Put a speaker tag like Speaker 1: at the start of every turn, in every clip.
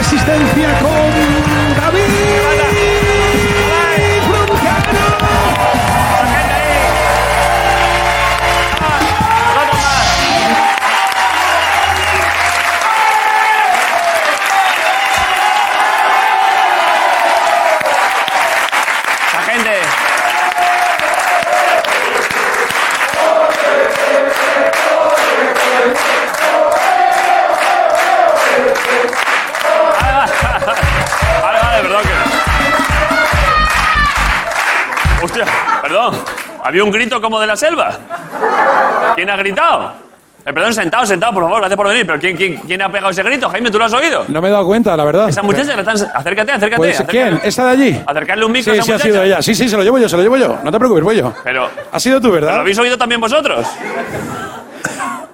Speaker 1: asistencia con David Broncano.
Speaker 2: La gente. Vale, vale, perdón. que- Hostia, perdón. Había un grito como de la selva. ¿Quién ha gritado? Eh, perdón, sentado, sentado, por favor, gracias por venir. Pero ¿quién, quién, quién ha pegado ese grito? Jaime, ¿tú lo has oído?
Speaker 1: No me he dado cuenta, la verdad.
Speaker 2: Esa muchacha la están... Acércate, acércate.
Speaker 1: Pues, ¿Quién?
Speaker 2: acércale-
Speaker 1: ¿Esta de allí?
Speaker 2: Acercarle un micro
Speaker 1: Sí,
Speaker 2: a esa
Speaker 1: sí, ha
Speaker 2: muchacha.
Speaker 1: sido ella. Sí, sí, se lo llevo yo, se lo llevo yo. No te preocupes, voy yo.
Speaker 2: Pero,
Speaker 1: Ha sido tú,
Speaker 2: ¿Lo
Speaker 1: ¿verdad?
Speaker 2: habéis oído también vosotros?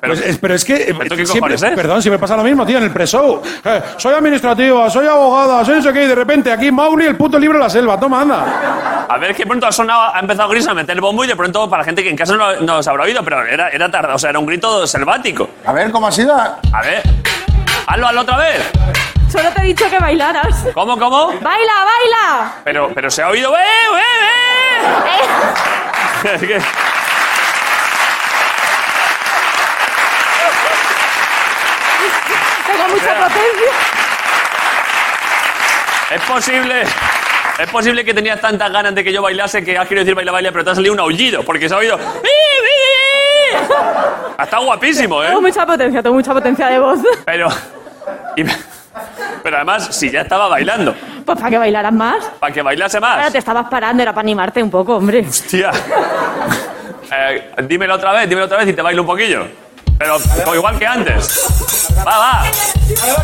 Speaker 2: Pero,
Speaker 1: Pues es- pero es que. eh,
Speaker 2: ¿Pero tú qué
Speaker 1: siempre-
Speaker 2: cojones, eh?
Speaker 1: Perdón, si me pasa lo mismo, tío, en el pre-show. Eh, soy administrativa, soy abogada, soy no sé qué, y de repente aquí Mauri, el puto libro de la selva. Toma, anda.
Speaker 2: a ver, que pronto ha sonado, ha empezado Gris a meter bombo y de pronto para gente que en casa no, lo- no os habrá oído, pero era, era tarde, o sea, era un grito selvático.
Speaker 3: A ver, ¿cómo ha sido?
Speaker 2: A ver, hazlo, hazlo otra vez.
Speaker 4: Solo te he dicho que bailaras.
Speaker 2: ¿Cómo, cómo?
Speaker 4: ¡Baila, baila!
Speaker 2: Pero, pero se ha oído, ¡eh, eh,
Speaker 4: Eh,
Speaker 2: eh! Es que-
Speaker 4: tengo mucha potencia.
Speaker 2: Es posible. Es posible que tenías tantas ganas de que yo bailase que has querido decir baila, baila, pero te ha salido un aullido, porque se ha oído. "Ii, ii, ii". Ha estado guapísimo, ¿eh?
Speaker 4: Tengo mucha potencia, tengo mucha potencia de voz.
Speaker 2: Pero. y- pero además, si ya estaba bailando,
Speaker 4: Pues para que bailaras más.
Speaker 2: para que bailase
Speaker 4: Ahora
Speaker 2: más.
Speaker 4: te estabas parando, era para animarte un poco, hombre.
Speaker 2: Hostia. Eh, dímelo otra vez, dímelo otra vez y te bailo un poquillo. Pero co- igual que antes. Va, va.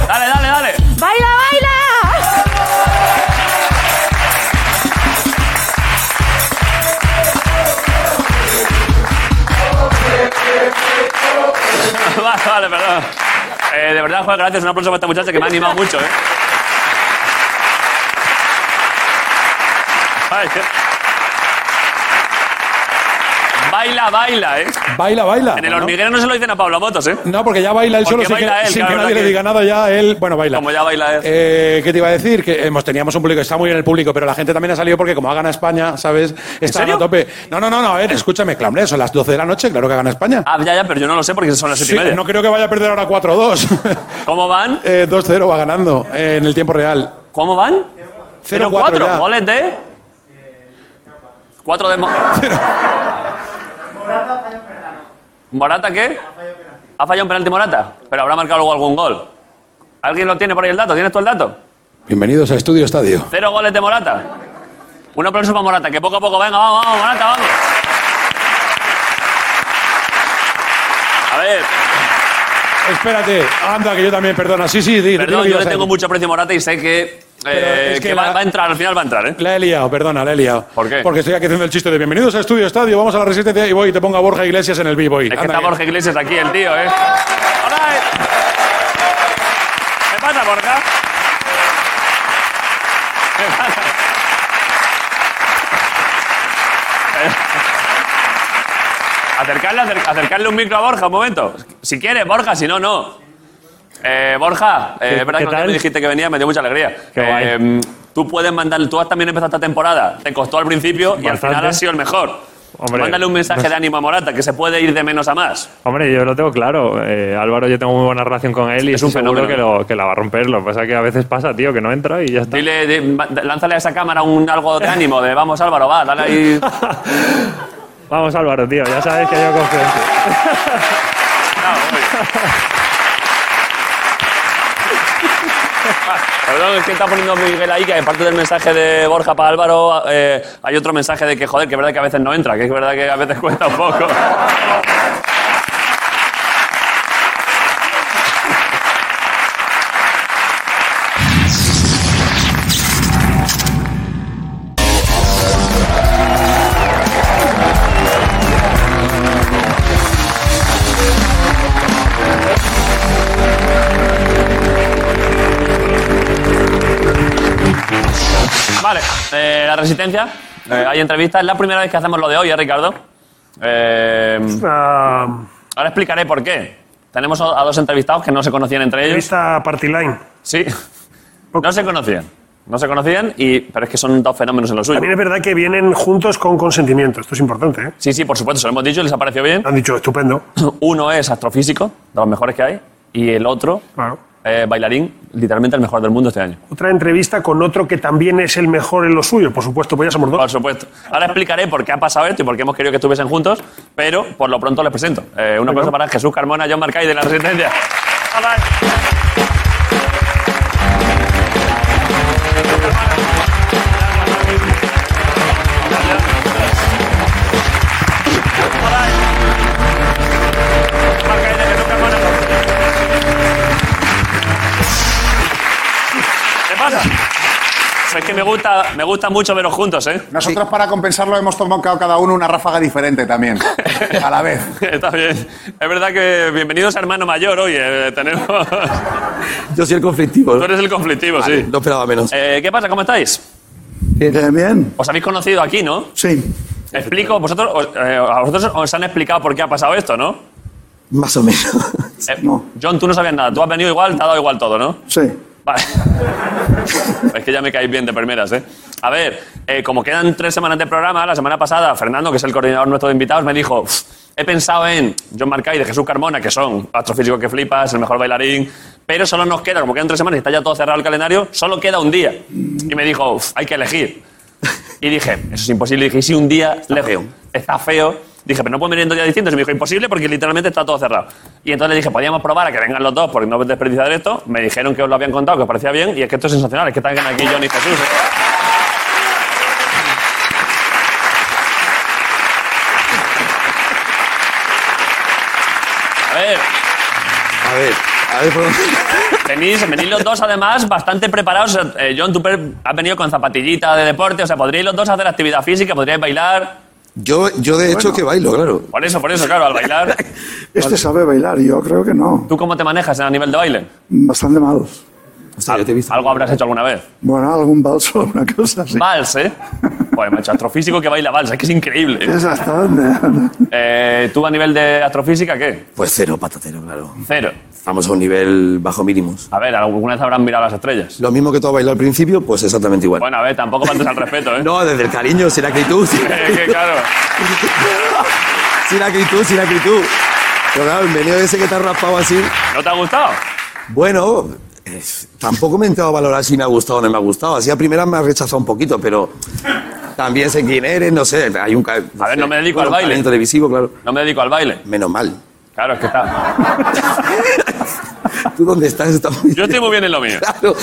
Speaker 2: Dale, dale, dale.
Speaker 4: ¡Baila, baila!
Speaker 2: Vale, vale, perdón. Eh, de verdad, Juan, gracias. Un aplauso para esta muchacha que me ha animado mucho, ¿eh? Ay, qué- Baila, baila, ¿eh?
Speaker 1: Baila, baila.
Speaker 2: En el
Speaker 1: ¿no?
Speaker 2: hormiguero no se lo dicen a Pablo Motos, ¿eh?
Speaker 1: No, porque ya baila él
Speaker 2: Porque
Speaker 1: solo sin que,
Speaker 2: baila él,
Speaker 1: sin
Speaker 2: claro,
Speaker 1: que
Speaker 2: ¿verdad
Speaker 1: nadie le
Speaker 2: que-
Speaker 1: diga nada, ya él. Bueno, baila.
Speaker 2: Como ya baila él.
Speaker 1: Eh, ¿Qué te iba a decir? Que hemos, teníamos un público, está muy bien el público, pero la gente también ha salido porque como ha ganado España, ¿sabes? Está
Speaker 2: serio?
Speaker 1: a tope. No, no, no, no, a ver, escúchame, claro, hombre, son las 12 de la noche, claro que gana España.
Speaker 2: Ah, pues ya, ya, pero yo no lo sé porque son las siete
Speaker 1: Sí,
Speaker 2: y media.
Speaker 1: no creo que vaya a perder ahora 4-2.
Speaker 2: ¿Cómo van?
Speaker 1: Eh, 2-0 va ganando eh, en el tiempo real.
Speaker 2: ¿Cómo van?
Speaker 1: 0-4 ya.
Speaker 2: ¿Goles de...? Cuatro de... Mo- ¿Morata qué? ¿Ha fallado un penalti Morata? Pero habrá marcado luego algún gol. ¿Alguien lo tiene por ahí el dato? ¿Tienes tú el dato?
Speaker 1: Bienvenidos a Estudio Estadio.
Speaker 2: Cero goles de Morata. Un aplauso para Morata, que poco a poco venga, vamos, vamos, Morata, vamos. A ver,
Speaker 1: Espérate, anda, que yo también, perdona. Sí, sí, di, di lo
Speaker 2: perdón,
Speaker 1: que
Speaker 2: yo
Speaker 1: ibas
Speaker 2: le
Speaker 1: a
Speaker 2: tengo
Speaker 1: decir.
Speaker 2: mucho aprecio a Morata y sé que, eh,
Speaker 1: es que
Speaker 2: que va,
Speaker 1: la-
Speaker 2: va a entrar, al final va a entrar, ¿eh?
Speaker 1: La he liado, perdona, la he liado.
Speaker 2: ¿Por qué?
Speaker 1: Porque estoy aquí haciendo el chiste de bienvenidos a Estudio Estadio, vamos a la Resistencia y voy y te pongo a Borja Iglesias en el B-Boy.
Speaker 2: Es que
Speaker 1: Anda,
Speaker 2: está
Speaker 1: que-
Speaker 2: Borja Iglesias aquí, el tío, ¿eh? Hola, eh. ¿Qué pasa, Borja? ¿Qué pasa? Eh, Acercarle, acer- acercarle un micro a Borja, un momento. Si quieres, Borja, si no, no. Eh, Borja, eh,
Speaker 5: ¿Qué-
Speaker 2: es verdad
Speaker 5: qué
Speaker 2: que cuando
Speaker 5: tal?
Speaker 2: me dijiste que venía me dio mucha alegría.
Speaker 5: Qué guay.
Speaker 2: Eh, tú puedes mandar, tú has también empezado esta temporada. Te costó al principio y al
Speaker 5: Bastante.
Speaker 2: final has sido el mejor.
Speaker 5: Hombre, pues-
Speaker 2: Mándale un mensaje
Speaker 5: no sé.
Speaker 2: de ánimo a Morata, que se puede ir de menos a más.
Speaker 5: Hombre, yo lo tengo claro. Eh, Álvaro, yo tengo muy buena relación con él y
Speaker 2: Es un
Speaker 5: estoy seguro
Speaker 2: fenómeno.
Speaker 5: que, lo- que la va a romper. Lo que pasa es que a veces pasa, tío, que no entra y ya está.
Speaker 2: Dile, di- ma- lánzale a esa cámara un algo de ánimo, de vamos Álvaro, va, dale ahí.
Speaker 5: Vamos, Álvaro, tío, ya sabes que yo confío
Speaker 2: Claro, hombre. Ah, Perdón, es que está poniendo Miguel ahí que aparte del mensaje de Borja para Álvaro, eh, hay otro mensaje de que joder, que es verdad que a veces no entra, que es verdad que a veces cuesta un poco. Vale, eh, la resistencia, eh, hay entrevistas, es la primera vez que hacemos lo de hoy, ¿eh, Ricardo? Eh,
Speaker 5: en ti.
Speaker 3: Ah,
Speaker 2: Ahora explicaré por qué. Tenemos a a dos entrevistados que no se conocían entre ellos.
Speaker 6: Entrevista a Party Line.
Speaker 2: Sí. No se conocían. No se conocían, y, pero es que son dos fenómenos en lo suyo.
Speaker 3: También es verdad que vienen juntos con consentimiento. Esto es importante. ¿eh?
Speaker 2: Sí, sí, por supuesto, se lo hemos dicho, les ha parecido bien.
Speaker 3: Han dicho estupendo.
Speaker 2: Uno es astrofísico, de los mejores que hay, y el otro,
Speaker 3: Claro.
Speaker 2: eh, bailarín, literalmente el mejor del mundo este año.
Speaker 3: Otra entrevista con otro que también es el mejor en lo suyo, por supuesto, pues ya somos dos.
Speaker 2: Por supuesto. Ahora explicaré por qué ha pasado esto y por qué hemos querido que estuviesen juntos, pero por lo pronto les presento. Eh, un aplauso para Jesús Carmona, John Marcay de La Resistencia. Hola. Hola. Marcay de Jesús Carmona. ¿Qué pasa? Es que me gusta, me gusta mucho veros juntos, ¿eh?
Speaker 6: Nosotros, para compensarlo, hemos tomado cada uno una ráfaga diferente también, a la vez.
Speaker 2: Está bien. Es verdad que bienvenidos a Hermano Mayor hoy. eh, tenemos...
Speaker 7: Yo soy el conflictivo.
Speaker 2: Tú eres el conflictivo, sí.
Speaker 7: No esperaba menos.
Speaker 2: Eh, ¿Qué pasa? ¿Cómo estáis?
Speaker 7: ¿Bien?
Speaker 2: Os habéis conocido aquí, ¿no?
Speaker 7: Sí.
Speaker 2: Explico, vosotros, os- eh, a vosotros os han explicado por qué ha pasado esto, ¿no?
Speaker 7: Más o menos.
Speaker 2: Eh, John, tú no sabías nada. Tú has venido igual, te ha dado igual todo, ¿no?
Speaker 7: Sí.
Speaker 2: Vale. es que ya me caéis bien de primeras, ¿eh? A ver, eh, como quedan tres semanas de programa, la semana pasada Fernando, que es el coordinador nuestro de invitados, me dijo... "Uf, He pensado en John Marcay de Jesús Carmona, que son astrofísicos que flipas, el mejor bailarín, pero solo nos queda, como quedan tres semanas y está ya todo cerrado el calendario, solo queda un día. Y me dijo, "Uf, hay que elegir. Y dije, eso es imposible. Y dije, ¿y si un día está feo? Está feo. Dije, pero no pueden venir en dos días distintos. Y me dijo, imposible porque literalmente está todo cerrado. Y entonces le dije, podíamos probar a que vengan los dos porque no desperdiciar esto. Me dijeron que os lo habían contado, que os parecía bien. Y es que esto es sensacional. Es que están aquí John y Jesús. ¿eh? A ver,
Speaker 7: A ver, a ver por dónde.
Speaker 2: venís, venís los dos además bastante preparados. O sea, eh, John, tú per- has venido con zapatillita de deporte. O sea, podríais los dos hacer actividad física, podríais bailar.
Speaker 7: Yo, yo de hecho, que bailo, claro.
Speaker 2: Por eso, por eso, claro, al bailar.
Speaker 8: Este sabe bailar, yo creo que no.
Speaker 2: ¿Tú cómo te manejas a nivel de baile?
Speaker 8: Bastante mal.
Speaker 7: Hostia, yo te he visto.
Speaker 2: Algo habrás hecho alguna vez.
Speaker 8: Bueno, algún vals o alguna cosa así.
Speaker 2: Vals, ¿eh? Joder, macho, astrofísico que baila vals, es que es increíble.
Speaker 8: Es bastante.
Speaker 2: Eh, ¿Tú a nivel de astrofísica qué?
Speaker 7: Pues cero, patatero, claro.
Speaker 2: Cero.
Speaker 7: Estamos a un nivel bajo mínimos.
Speaker 2: A ver, alguna vez habrán mirado las estrellas.
Speaker 7: Lo mismo que tú has bailado al principio, pues exactamente igual.
Speaker 2: Bueno, a ver, tampoco faltes al respeto, ¿eh?
Speaker 7: No, desde el cariño, sin acritud.
Speaker 2: Es que claro.
Speaker 7: sin acritud, sin acritud. Pero claro, el meneo ese que te has raspado así.
Speaker 2: ¿No te ha gustado?
Speaker 7: Bueno, eh, tampoco me he entrado a valorar si me ha gustado o no me ha gustado. Así a primera me ha rechazado un poquito, pero también sé quién eres, no sé. Hay un. ca-
Speaker 2: A ver,
Speaker 7: sé,
Speaker 2: no me dedico
Speaker 7: bueno,
Speaker 2: al baile.
Speaker 7: talento televisivo, claro.
Speaker 2: No me dedico al baile.
Speaker 7: Menos mal.
Speaker 2: Claro, es que está.
Speaker 7: ¿Tú dónde estás? Estás muy-
Speaker 2: Yo estoy muy bien en lo mío.
Speaker 7: Claro,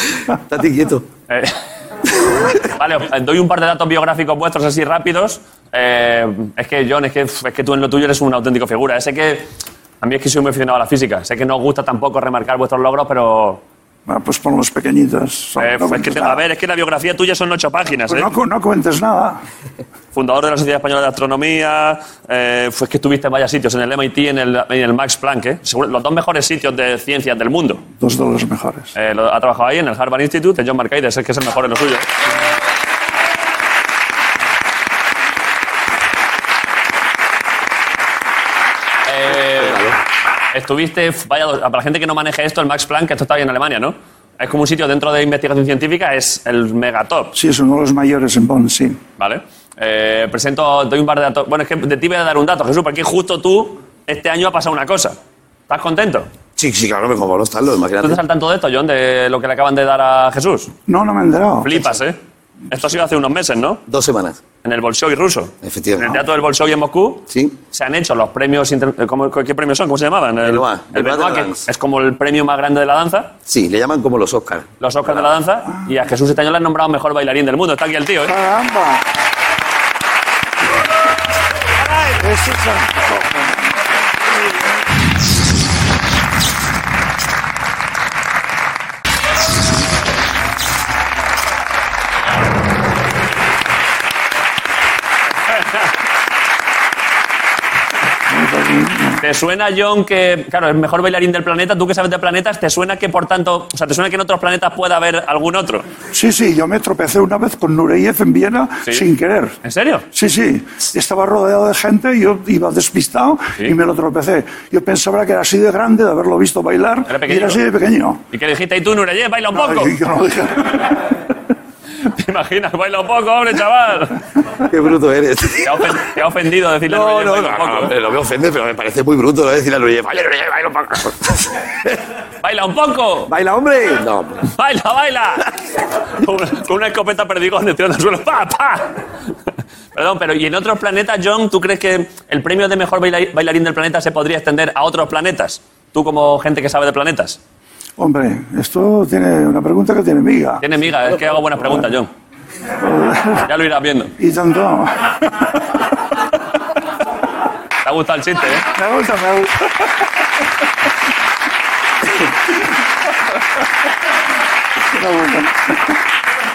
Speaker 7: estate quieto.
Speaker 2: Eh, Vale, os doy un par de datos biográficos vuestros así rápidos. Eh, es que, John, es que, es que tú en lo tuyo eres un auténtico figura. Sé que a mí es que soy muy aficionado a la física. Sé que no os gusta tampoco remarcar vuestros logros, pero...
Speaker 8: Bueno, pues pon los pequeñitos.
Speaker 2: eh,
Speaker 8: no,
Speaker 2: es que,
Speaker 8: cuentes
Speaker 2: te-
Speaker 8: nada.
Speaker 2: a ver, es que la biografía tuya son ocho páginas.
Speaker 8: Pues
Speaker 2: ¿eh?
Speaker 8: no, cu- no cuentes nada.
Speaker 2: Fundador de la Sociedad Española de Astronomía. Eh, fue que estuviste en varios sitios, en el MIT, en el, en el Max Planck. ¿eh? Seguro- los dos mejores sitios de ciencias del mundo.
Speaker 8: Dos de los mejores.
Speaker 2: Eh, lo- ha trabajado ahí en el Harvard Institute, en John Marcaides, es que es el mejor en lo suyo. Eh, estuviste, f- vaya, dos- para la gente que no maneje esto, el Max Planck, que esto está ahí en Alemania, ¿no? Es como un sitio dentro de investigación científica, es el megatop,
Speaker 8: Sí, es uno de los mayores en Bonn, sí.
Speaker 2: ¿vale? Eh, presento, doy un par de datos. Bueno, es que de ti voy a dar un dato, Jesús, porque justo tú, este año ha pasado una cosa. ¿Estás contento?
Speaker 7: Sí, sí, claro, me como no estarlo,
Speaker 2: ¿Tú estás
Speaker 7: imagínate.
Speaker 2: al tanto de esto, John, de lo que le acaban de dar a Jesús?
Speaker 8: No, no me he enterado.
Speaker 2: Flipas, ¿eh? Esto ha sido hace unos meses, ¿no?
Speaker 7: Dos semanas,
Speaker 2: En el Bolshoi ruso. En el
Speaker 7: efectivamente.
Speaker 2: Teatro del Bolshoi en Moscú
Speaker 7: Sí.
Speaker 2: se han hecho los premios... inter- eh, ¿cómo- ¿Qué premios son? ¿Cómo se llamaban? El
Speaker 7: Benoit.
Speaker 2: El
Speaker 7: Benoit de
Speaker 2: Benoit,
Speaker 7: la
Speaker 2: que
Speaker 7: danza.
Speaker 2: es como el premio más grande de la danza.
Speaker 7: Sí, le llaman como los Oscars.
Speaker 2: Los Oscars de la danza. Y a Jesús este año le han nombrado mejor bailarín del mundo. Está aquí el tío, ¿eh?
Speaker 8: ¡Caramba! Eso es
Speaker 2: Te ¿Te suena, John, que, claro, es el mejor bailarín del planeta? Tú que sabes de planetas, ¿te suena que, por tanto, o sea, ¿te suena que en otros planetas pueda haber algún otro?
Speaker 8: Sí, sí, yo me tropecé una vez con Nureyev en Viena
Speaker 2: Sí.
Speaker 8: sin querer.
Speaker 2: ¿En serio?
Speaker 8: Sí, sí. Estaba rodeado de gente, yo iba despistado y me lo tropecé. Yo pensaba que era así de grande, de haberlo visto bailar, y
Speaker 2: Era pequeñito.
Speaker 8: era así de pequeño.
Speaker 2: ¿Y qué dijiste? ¿Y tú, Nureyev, baila un poco?
Speaker 8: Ay, yo no dije.
Speaker 2: ¿Te imaginas? Baila un poco, hombre, chaval.
Speaker 7: Qué bruto eres.
Speaker 2: Te ha, ofen- te ha ofendido decirle a
Speaker 7: No,
Speaker 2: Nureyev, baila
Speaker 7: no, no,
Speaker 2: un poco.
Speaker 7: no, hombre, no me ofende, pero me parece muy bruto ¿no? decirle a Nureyev, baila, Nureyev, baila un poco.
Speaker 2: ¡Baila un poco!
Speaker 7: ¡Baila, hombre! No, hombre.
Speaker 2: ¡Baila, baila! Con- Con una escopeta perdigón de tirando al suelo. ¡Pa, pa! Perdón, pero ¿y en otros planetas, John, tú crees que el premio de mejor baila- bailarín del planeta se podría extender a otros planetas? Tú como gente que sabe de planetas.
Speaker 8: Hombre, esto tiene una pregunta que tiene miga.
Speaker 2: Tiene miga, es que hago buenas preguntas, John. Ya lo irás viendo.
Speaker 8: Y tanto.
Speaker 2: Te ha gustado el chiste, ¿eh?
Speaker 8: Me gusta, me gusta. Me gusta.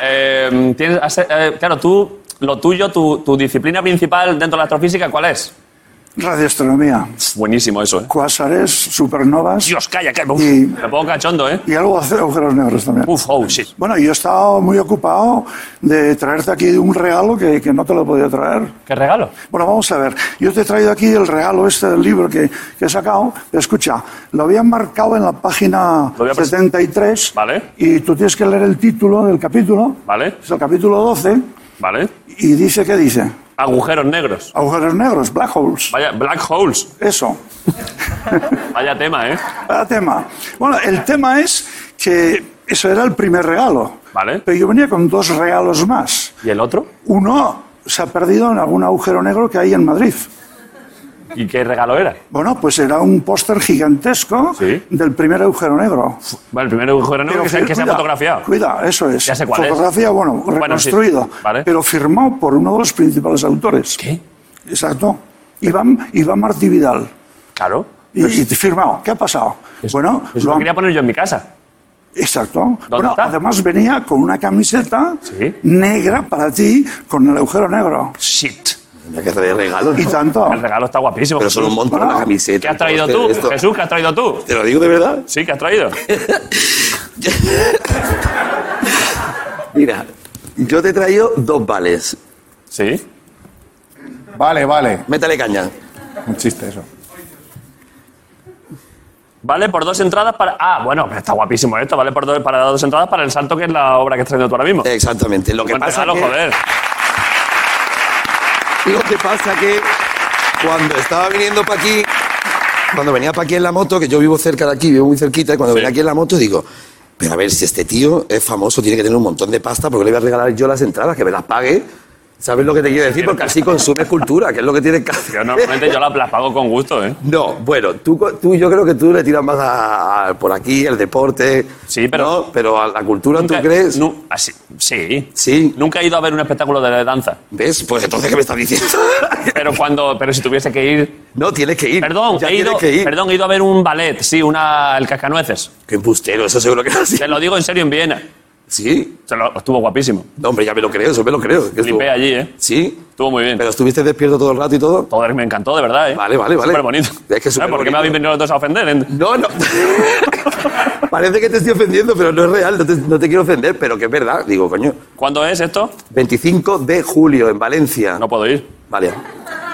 Speaker 2: Eh, tienes- has- eh, claro, tú, lo tuyo, tu, tu disciplina principal dentro de la astrofísica, ¿cuál es?
Speaker 8: Radioastronomía,
Speaker 2: Buenísimo eso, ¿eh?
Speaker 8: cuásares, supernovas
Speaker 2: Dios, calla, calla. Uf,
Speaker 8: Y-
Speaker 2: Me pongo cachondo, ¿eh?
Speaker 8: y algo de agujeros negros también.
Speaker 2: Uf, oh, shit.
Speaker 8: Bueno, yo he estado muy ocupado de traerte aquí un regalo que, que no te lo podía traer.
Speaker 2: ¿Qué regalo?
Speaker 8: Bueno, vamos a ver. Yo te he traído aquí el regalo este del libro que, que he sacado. Escucha, lo habían marcado en la página
Speaker 2: Lo voy a pres-
Speaker 8: 73.
Speaker 2: Vale.
Speaker 8: Y tú tienes que leer el título del capítulo.
Speaker 2: Vale.
Speaker 8: Es el capítulo 12.
Speaker 2: ¿Vale?
Speaker 8: Y dice, ¿qué dice?
Speaker 2: Agujeros negros.
Speaker 8: Agujeros negros, black holes.
Speaker 2: Vaya, black holes.
Speaker 8: Eso.
Speaker 2: Vaya tema, ¿eh?
Speaker 8: Cada tema. Bueno, el tema es que eso era el primer regalo.
Speaker 2: Vale.
Speaker 8: Pero yo venía con dos regalos más.
Speaker 2: ¿Y el otro?
Speaker 8: Uno se ha perdido en algún agujero negro que hay en Madrid.
Speaker 2: ¿Y qué regalo era?
Speaker 8: Bueno, pues era un póster gigantesco
Speaker 2: Sí.
Speaker 8: del primer agujero negro.
Speaker 2: Bueno, el primer agujero negro
Speaker 8: Pero
Speaker 2: que se,
Speaker 8: fir-
Speaker 2: que se ha
Speaker 8: cuida,
Speaker 2: fotografiado.
Speaker 8: Cuida, eso es.
Speaker 2: Ya sé cuál es.
Speaker 8: Fotografía, bueno,
Speaker 2: Bueno, sí.
Speaker 8: reconstruido.
Speaker 2: Vale.
Speaker 8: Pero firmado por uno de los principales autores.
Speaker 2: ¿Qué?
Speaker 8: Exacto. Iván, Iván Martí Vidal.
Speaker 2: Claro.
Speaker 8: Y, y firmado. ¿Qué ha pasado? bueno,
Speaker 2: Eso lo
Speaker 8: han-
Speaker 2: quería poner yo en mi casa.
Speaker 8: Exacto. Bueno,
Speaker 2: está?
Speaker 8: además venía con una camiseta
Speaker 2: Sí.
Speaker 8: negra para ti con el agujero negro.
Speaker 2: Shit.
Speaker 7: Tenía que traer regalos.
Speaker 8: Y
Speaker 7: ¿no?
Speaker 8: tanto.
Speaker 2: El regalo está guapísimo.
Speaker 7: Pero son un montón de camisetas.
Speaker 2: ¿Qué has traído
Speaker 7: póster,
Speaker 2: tú?
Speaker 7: esto.
Speaker 2: Jesús, ¿qué has traído tú?
Speaker 7: ¿Te lo digo de verdad?
Speaker 2: Sí, ¿qué has traído?
Speaker 7: Mira, yo te he traído dos vales.
Speaker 2: Sí.
Speaker 6: Vale, vale.
Speaker 7: Métale caña.
Speaker 6: Un chiste eso.
Speaker 2: Vale por dos entradas para. Ah, bueno, pero está guapísimo esto. Vale por dos, para dos entradas para el santo, que es la obra que estás haciendo tú ahora mismo.
Speaker 7: Exactamente. Eh, Lo que
Speaker 2: Buen
Speaker 7: pasa
Speaker 2: regalo,
Speaker 7: que-
Speaker 2: joder.
Speaker 7: Lo que pasa que cuando estaba viniendo para aquí, cuando venía para aquí en la moto, que yo vivo cerca de aquí, vivo muy cerquita, y cuando
Speaker 2: Sí.
Speaker 7: venía aquí en la moto digo, pero a ver, si este tío es famoso, tiene que tener un montón de pasta, porque le voy a regalar yo las entradas, que me las pague. ¿Sabes lo que te quiero decir? Porque así consumes cultura, que es lo que tienes que hacer.
Speaker 2: Yo normalmente yo la- las pago con gusto, ¿eh?
Speaker 7: No, bueno, tú, co- tú yo creo que tú le tiras más a, a- por aquí, al deporte.
Speaker 2: Sí, pero-
Speaker 7: ¿no? Pero a la cultura,
Speaker 2: Nunca-
Speaker 7: ¿tú crees?
Speaker 2: nu- así- sí.
Speaker 7: Sí.
Speaker 2: Nunca he ido a ver un espectáculo de danza.
Speaker 7: ¿Ves? Pues entonces, ¿qué me estás diciendo?
Speaker 2: Pero cuando, pero si tuviese que ir,
Speaker 7: no, tienes que ir.
Speaker 2: perdón,
Speaker 7: ya
Speaker 2: he ido,
Speaker 7: tienes que ir.
Speaker 2: perdón, he ido a ver un ballet, sí, una el cascanueces.
Speaker 7: Qué embustero, eso seguro que no
Speaker 2: Te lo digo en serio en Viena.
Speaker 7: Sí,
Speaker 2: Se lo- estuvo guapísimo.
Speaker 7: no, hombre, ya me lo creo, eso me lo creo. Que estuvo-
Speaker 2: Flipé allí, ¿eh?
Speaker 7: Sí,
Speaker 2: Estuvo muy bien.
Speaker 7: pero estuviste despierto todo el rato y todo.
Speaker 2: Todo me encantó, de verdad, ¿eh?
Speaker 7: Vale, vale, vale.
Speaker 2: Súper bonito.
Speaker 7: Es que
Speaker 2: ¿Por
Speaker 7: es
Speaker 2: qué
Speaker 7: superbonito.
Speaker 2: me habéis venido los dos a ofender? eh?
Speaker 7: No, no. Parece que te estoy ofendiendo, pero no es real, no te, no te quiero ofender, pero que es verdad. Digo, coño,
Speaker 2: ¿Cuándo es esto?
Speaker 7: 25 de julio en Valencia.
Speaker 2: No puedo ir.
Speaker 7: Vale,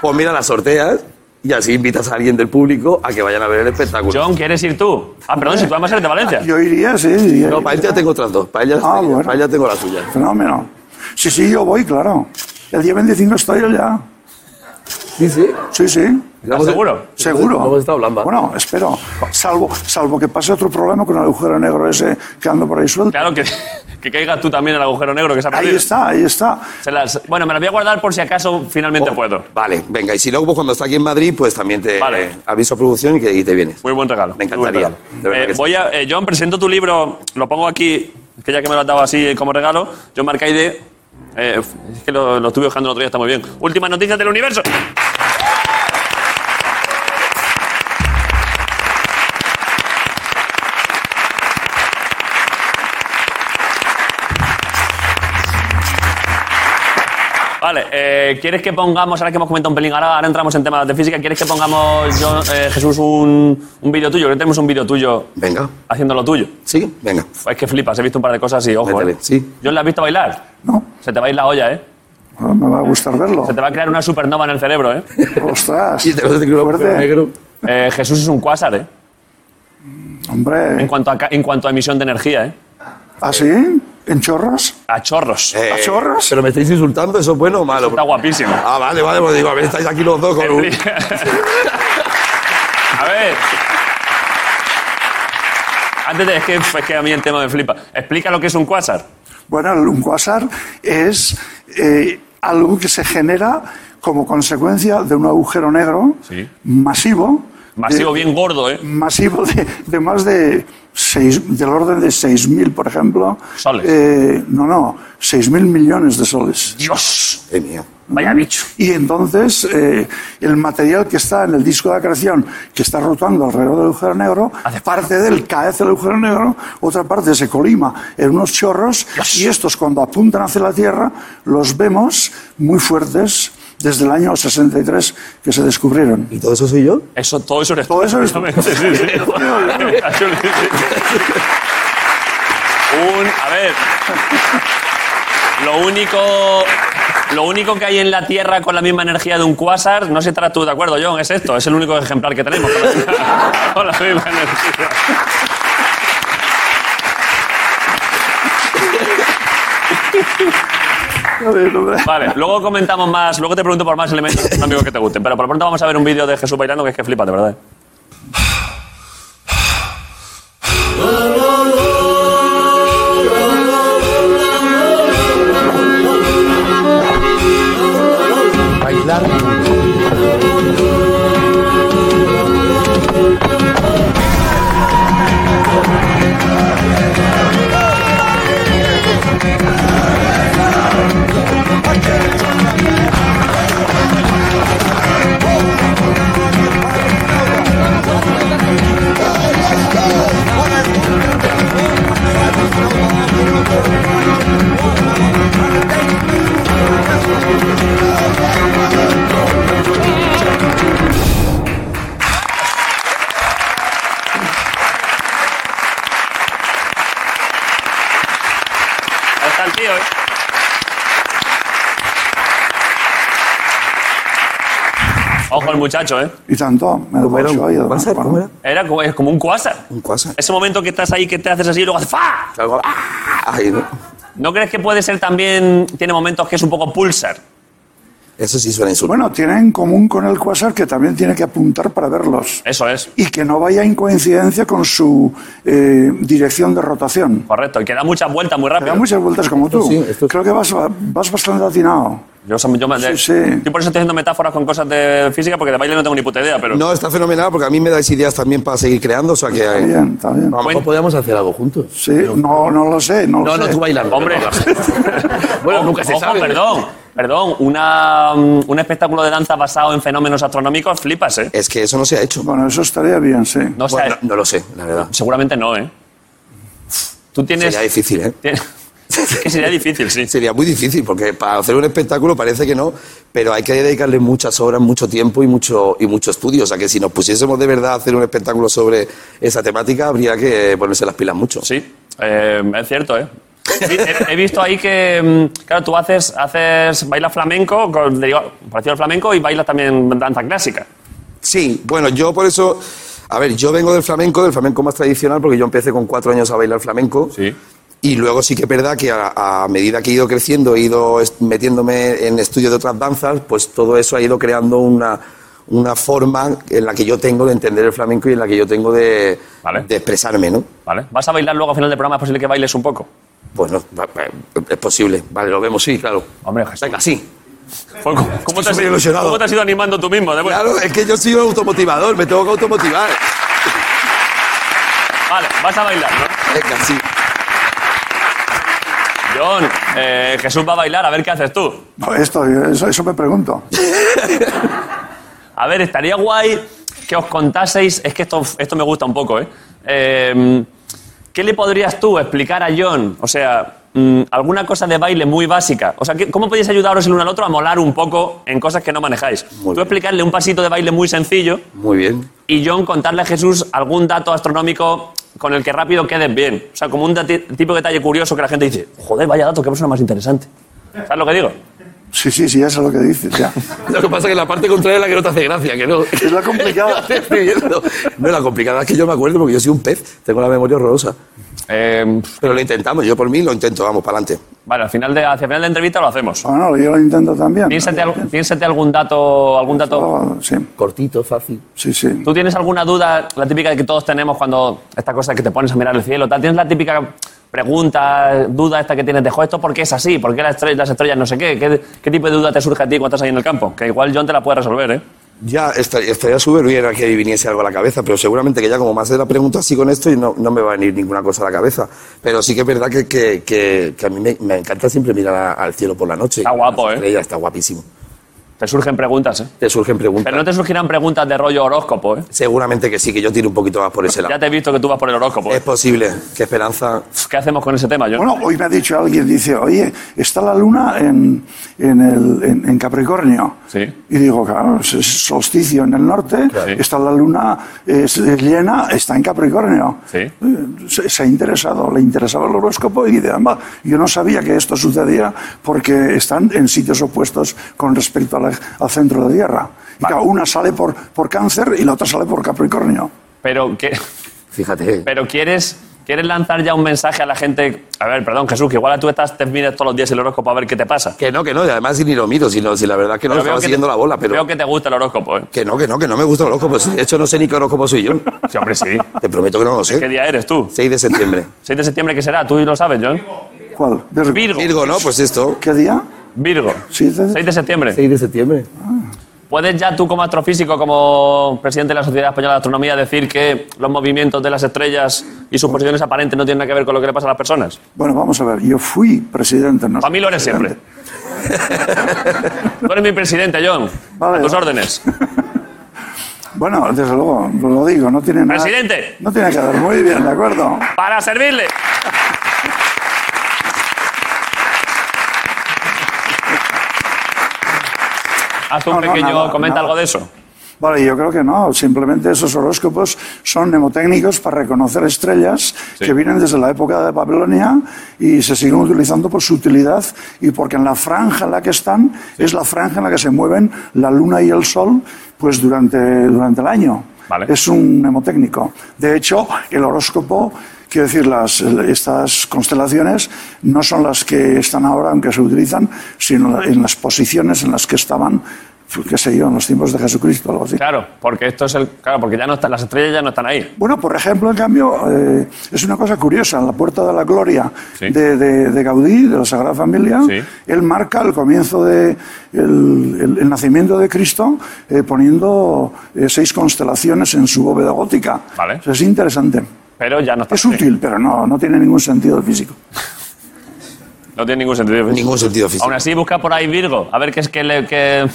Speaker 7: pues mira las sorteas y así invitas a alguien del público a que vayan a ver el espectáculo.
Speaker 2: John, ¿quieres ir tú? Ah, perdón, si tú además eres de Valencia.
Speaker 8: Yo iría, sí, iría.
Speaker 7: No, para él ya tengo otras dos, para ella,
Speaker 8: Ah, bueno.
Speaker 7: para ella tengo la suya.
Speaker 8: Fenómeno. Sí, sí, yo voy, claro. El día 25 estoy allá.
Speaker 7: Sí, sí.
Speaker 8: Sí, sí.
Speaker 7: ¿Estás
Speaker 2: seguro?
Speaker 8: Seguro.
Speaker 7: No hemos estado hablando.
Speaker 8: Bueno, espero. Salvo, salvo que pase otro problema con el agujero negro ese que ando por ahí suelto.
Speaker 2: Claro que, que caigas tú también en el agujero negro que se ha
Speaker 8: Ahí
Speaker 2: perdido.
Speaker 8: está, ahí está.
Speaker 2: Se las- bueno, me las voy a guardar por si acaso
Speaker 7: Oh.
Speaker 2: finalmente puedo.
Speaker 7: Vale, venga, y si luego pues, cuando está aquí en Madrid, pues también te
Speaker 2: Vale.
Speaker 7: eh, aviso a producción y, que, y te vienes.
Speaker 2: Muy buen regalo.
Speaker 7: Me
Speaker 2: muy buen
Speaker 7: encantaría,
Speaker 2: regalo.
Speaker 7: de verdad
Speaker 2: Eh,
Speaker 7: que sí.
Speaker 2: voy a, eh, John, presento tu libro, lo pongo aquí, es que ya que me lo has dado así eh, como regalo, John Marcaide, eh, f- es que lo, lo estuve buscando el otro día, está muy bien. Últimas noticias del universo. Vale, eh, ¿quieres que pongamos, ahora que hemos comentado un pelín, ahora, ahora entramos en temas de física, ¿quieres que pongamos, yo, eh, Jesús, un, un vídeo tuyo? Creo que tenemos un vídeo tuyo
Speaker 7: Venga.
Speaker 2: haciendo lo tuyo.
Speaker 7: Sí, venga.
Speaker 2: Es que flipas, he visto un par de cosas y ojo.
Speaker 7: Métele,
Speaker 2: eh.
Speaker 7: sí.
Speaker 2: Yo la he visto bailar.
Speaker 8: No,
Speaker 2: Se te va a ir la olla, ¿eh?
Speaker 8: no me va a gustar verlo.
Speaker 2: Se te va a crear una supernova en el cerebro, ¿eh?
Speaker 8: Ostras,
Speaker 7: Sí, te lo digo,
Speaker 8: fuerte.
Speaker 7: negro.
Speaker 2: Eh, Jesús es un cuásar, ¿eh? En
Speaker 8: Hombre,
Speaker 2: cuanto, a, ca- en cuanto a emisión de energía, ¿eh?
Speaker 8: ¿así? ¿En chorros?
Speaker 2: A chorros.
Speaker 7: Eh,
Speaker 8: ¿A chorros?
Speaker 7: ¿Pero me estáis insultando? ¿Eso es bueno o malo?
Speaker 2: Está guapísimo.
Speaker 7: Ah, vale, vale, pues digo, a ver, estáis aquí los dos con un...
Speaker 2: A ver. Antes de, es, que, es que a mí el tema me flipa. Explica lo que es un cuásar.
Speaker 8: Bueno, un quasar es eh, algo que se genera como consecuencia de un agujero negro
Speaker 2: Sí.
Speaker 8: masivo.
Speaker 2: Masivo,
Speaker 8: de-
Speaker 2: bien gordo, ¿eh?
Speaker 8: Masivo de, de más de seis, del orden de 6.000, por ejemplo.
Speaker 2: Soles.
Speaker 8: Eh, no, no, 6.000 millones de soles.
Speaker 2: Dios.
Speaker 7: Ay, mío.
Speaker 2: Vaya bicho.
Speaker 8: Y entonces eh, el material que está en el disco de acreción, que está rotando alrededor del agujero negro,
Speaker 2: Ah,
Speaker 8: parte de él cae hacia el agujero negro, otra parte se colima en unos chorros y estos cuando apuntan hacia la Tierra los vemos muy fuertes desde el año 63 que se descubrieron.
Speaker 7: ¿Y todo eso soy yo?
Speaker 2: Eso, todo eso eres tú.
Speaker 8: Todo eso es-
Speaker 2: Exactamente, sí, sí. Un, a ver. Lo único, lo único que hay en la Tierra con la misma energía de un cuásar, no sé si estarás tú de acuerdo, John, es esto. Es el único ejemplar que tenemos con la, con la misma energía. Vale, luego comentamos más, luego te pregunto por más elementos amigos que te gusten, pero por lo pronto vamos a ver un vídeo de Jesús bailando que es que flipa, de verdad. Ahí está el tío, ¿eh? Ojo el muchacho, ¿eh?
Speaker 8: Y tanto, me lo
Speaker 7: ¿Cómo era?
Speaker 8: paso ahí,
Speaker 7: ¿Un cuásar?
Speaker 8: bueno,
Speaker 7: ¿Cómo era?
Speaker 2: Era como, es como un cuásar.
Speaker 7: Un cuásar.
Speaker 2: Ese momento que estás ahí, que te haces así y luego haces ¡fa!
Speaker 7: Algo- ¡Ah! Ay, no.
Speaker 2: ¿No crees que puede ser también, tiene momentos que es un poco pulsar?
Speaker 7: Eso sí suena insultante.
Speaker 8: Bueno, tiene en común con el quasar que también tiene que apuntar para verlos.
Speaker 2: Eso es,
Speaker 8: Y que no vaya en coincidencia con su eh, dirección de rotación.
Speaker 2: correcto. Y que da muchas vueltas muy
Speaker 8: Te da
Speaker 2: rápido.
Speaker 8: muchas vueltas como tú.
Speaker 7: sí, esto sí.
Speaker 8: Creo que vas, vas bastante atinado.
Speaker 2: Yo, yo me-
Speaker 8: Sí, sí.
Speaker 2: yo por eso estoy haciendo metáforas con cosas de física, porque de baile no tengo ni puta idea, pero...
Speaker 7: No, está fenomenal porque a mí me dais ideas también para seguir creando, o sea que...
Speaker 8: Está bien, está bien.
Speaker 7: A lo mejor podríamos hacer algo juntos.
Speaker 8: Sí, no, no lo sé. No, lo
Speaker 7: No,
Speaker 8: sé.
Speaker 7: no, tú bailando.
Speaker 2: Hombre.
Speaker 7: bueno,
Speaker 2: O-
Speaker 7: nunca se
Speaker 2: ojo,
Speaker 7: sabe.
Speaker 2: perdón, perdón. Una, mm, un espectáculo de danza basado en fenómenos astronómicos, flipas, ¿eh?
Speaker 7: Es que eso no se ha hecho.
Speaker 8: Bueno, eso estaría bien, sí.
Speaker 2: No sé,
Speaker 7: Bueno, no, no lo sé, la verdad.
Speaker 2: seguramente no, ¿eh? Tú tienes...
Speaker 7: Sería difícil, ¿eh?
Speaker 2: tienes- es que sería difícil, sí.
Speaker 7: Sería muy difícil porque para hacer un espectáculo parece que no, pero hay que dedicarle muchas horas, mucho tiempo y mucho, y mucho estudio. O sea que si nos pusiésemos de verdad a hacer un espectáculo sobre esa temática, habría que ponerse las pilas mucho.
Speaker 2: Sí, eh, es cierto, ¿eh? He he visto ahí que, mm, claro, tú haces, haces bailas flamenco, con- digo, parecido al flamenco, y bailas también danza clásica.
Speaker 7: Sí, bueno, yo por eso. A ver, yo vengo del flamenco, del flamenco más tradicional, porque yo empecé con cuatro años a bailar flamenco.
Speaker 2: Sí.
Speaker 7: Y luego sí que es verdad que a, a medida que he ido creciendo, he ido est- metiéndome en estudios de otras danzas, pues todo eso ha ido creando una, una forma en la que yo tengo de entender el flamenco y en la que yo tengo de,
Speaker 2: Vale.
Speaker 7: de expresarme, ¿no?
Speaker 2: ¿Vale? ¿Vas a bailar luego al final del programa? ¿Es posible que bailes un poco?
Speaker 7: Bueno, Pues va- va- es posible. Vale, lo vemos, sí, claro.
Speaker 2: Hombre, Jesús.
Speaker 7: Venga, sí.
Speaker 2: Fue- ¿Cómo, te has,
Speaker 7: súper ilusionado.
Speaker 2: ¿Cómo te has ido animando tú mismo? De vuelta?
Speaker 7: Claro, es que yo soy un automotivador, me tengo que automotivar.
Speaker 2: Vale, vas a bailar, ¿no?
Speaker 7: Venga, sí.
Speaker 2: John, eh, Jesús va a bailar, a ver qué haces tú.
Speaker 8: No, Esto, eso, eso me pregunto.
Speaker 2: A ver, estaría guay que os contaseis, es que esto, esto Em, me gusta un poco, ¿eh? Eh, ¿Qué le podrías tú explicar a John? O sea, mm, mm, alguna cosa de baile muy básica. O sea, ¿qué- ¿cómo podéis ayudaros el uno al otro a molar un poco en cosas que no manejáis? Tú
Speaker 7: bien.
Speaker 2: explicarle un pasito de baile muy sencillo
Speaker 7: Muy bien.
Speaker 2: y John contarle a Jesús algún dato astronómico con el que rápido quedes bien. O sea, como un dati- tipo de detalle curioso que la gente dice, joder, vaya dato, qué persona más interesante. ¿Sabes lo que digo?
Speaker 8: Sí, sí, sí, ya sé lo que dices. Ya.
Speaker 7: Lo que pasa es que la parte contraria es la que no te hace gracia, que no.
Speaker 8: Es la complicada.
Speaker 7: Estoy escribiendo. No, la complicada es que yo me acuerdo porque yo soy un pez, tengo la memoria horrorosa.
Speaker 2: Eh,
Speaker 7: Pero lo intentamos, yo por mí lo intento, vamos, para adelante.
Speaker 2: vale, al final de, hacia el final de la entrevista lo hacemos.
Speaker 8: Bueno, yo lo intento también.
Speaker 2: Piénsate, al- piénsate algún dato, algún dato.
Speaker 8: Ah, Sí,
Speaker 7: Cortito, fácil.
Speaker 8: sí, sí.
Speaker 2: ¿Tú tienes alguna duda, la típica que todos tenemos cuando esta cosa que te pones a mirar el cielo? tal? ¿Tienes la típica pregunta, duda esta que tienes de, "Jo, ¿esto por qué es así? ¿Por qué las estrellas, las estrellas no sé qué? qué? qué tipo de duda te surge a ti cuando estás ahí en el campo? Que igual John te la puede resolver, ¿eh?
Speaker 7: Ya esta- estaría súper bien a que viniese algo a la cabeza, pero seguramente que ya como más de la pregunta así con esto y no, no me va a venir ninguna cosa a la cabeza. Pero sí que es verdad que, que, que- que a mí me, me encanta siempre mirar a- al cielo por la noche.
Speaker 2: Está guapo, ¿eh?
Speaker 7: Estrella, está guapísimo.
Speaker 2: Te surgen preguntas, ¿eh?
Speaker 7: Te surgen preguntas.
Speaker 2: Pero no te surgirán preguntas de rollo horóscopo, ¿eh?
Speaker 7: Seguramente que sí, que yo tiro un poquito más por ese lado.
Speaker 2: Ya te he visto que tú vas por el horóscopo.
Speaker 7: Es
Speaker 2: ¿eh?
Speaker 7: posible. Qué esperanza.
Speaker 2: ¿Qué hacemos con ese tema, John?
Speaker 8: Bueno, hoy me ha dicho alguien, dice, oye, está la luna en, en, el- en- en Capricornio.
Speaker 2: Sí.
Speaker 8: Y digo, claro, es es solsticio en el norte,
Speaker 2: Claro.
Speaker 8: está la luna es, es llena, está en Capricornio.
Speaker 2: Sí.
Speaker 8: Eh, Se, se ha interesado, le interesaba el horóscopo y dice, "Amba, yo no sabía que esto sucedía porque están en sitios opuestos con respecto a la- al centro de Tierra. Y claro, una sale por, por cáncer y la otra sale por Capricornio.
Speaker 2: Pero, ¿qué-
Speaker 7: Fíjate.
Speaker 2: pero quieres, ¿quieres lanzar ya un mensaje a la gente? A ver, perdón, Jesús, que igual tú estás, te miras todos los días el horóscopo a ver qué te pasa.
Speaker 7: Que no, que no. Y además ni lo miro, sino si la verdad es que no
Speaker 2: Pero
Speaker 7: estaba
Speaker 2: que
Speaker 7: siguiendo
Speaker 2: te-
Speaker 7: la bola, pero.
Speaker 2: Veo que te gusta el horóscopo, ¿eh?
Speaker 7: Que no, que no, que no me gusta el horóscopo. De hecho, no sé ni qué horóscopo soy yo.
Speaker 2: Sí, hombre, sí.
Speaker 7: Te prometo que no lo
Speaker 8: ¿Eh?
Speaker 2: ¿Qué
Speaker 7: sé.
Speaker 2: día eres tú?
Speaker 7: 6 de septiembre.
Speaker 2: 6 de septiembre, ¿qué será? Tú lo sabes, John.
Speaker 8: ¿Cuál? Virgo.
Speaker 2: Virgo.
Speaker 7: Virgo, ¿no? Pues esto.
Speaker 8: ¿Qué día?
Speaker 2: Virgo.
Speaker 8: Sí, sí, sí.
Speaker 2: 6 de septiembre.
Speaker 7: 6 de septiembre.
Speaker 2: ¿Puedes ya tú, como astrofísico, como presidente de la Sociedad Española de Astronomía, decir que los movimientos de las estrellas y sus posiciones aparentes no tienen nada que ver con lo que le pasa a las personas?
Speaker 8: Bueno, vamos a ver, yo fui presidente. No
Speaker 2: Para mí lo eres siempre. Tú eres mi presidente, John.
Speaker 8: Vale.
Speaker 2: a tus órdenes.
Speaker 8: Bueno, desde luego, lo digo, no tiene nada.
Speaker 2: Presidente.
Speaker 8: No tiene que ver, muy bien, de acuerdo.
Speaker 2: Para servirle. Haz un
Speaker 8: No, no,
Speaker 2: pequeño.
Speaker 8: nada,
Speaker 2: comenta
Speaker 8: nada.
Speaker 2: algo de eso.
Speaker 8: Vale, yo creo que no, simplemente esos horóscopos son mnemotécnicos para reconocer estrellas que vienen desde la época de Babilonia y se siguen utilizando por su utilidad y porque en la franja en la que están es la franja en la que se mueven la luna y el sol pues durante, durante el año.
Speaker 2: Vale.
Speaker 8: Es un mnemotécnico. De hecho, el horóscopo, quiero decir, las, estas constelaciones no son las que están ahora, aunque se utilizan, sino en las posiciones en las que estaban, qué sé yo, en los tiempos de Jesucristo. Algo así.
Speaker 2: Claro, porque esto es el. Claro, porque ya no están, las estrellas ya no están ahí.
Speaker 8: Bueno, por ejemplo, en cambio, eh, es una cosa curiosa, en la Puerta de la Gloria
Speaker 2: Sí.
Speaker 8: de, de- de Gaudí, de la Sagrada Familia,
Speaker 2: Sí.
Speaker 8: él marca el comienzo de el, el- el nacimiento de Cristo eh, poniendo eh, seis constelaciones en su bóveda gótica.
Speaker 2: Vale.
Speaker 8: O sea, es interesante.
Speaker 2: Pero ya no están.
Speaker 8: Es útil, pero no, no tiene ningún sentido físico.
Speaker 2: No tiene ningún sentido.
Speaker 7: Ningún sentido físico.
Speaker 2: Aún así, busca por ahí Virgo. A ver qué es que le. Que...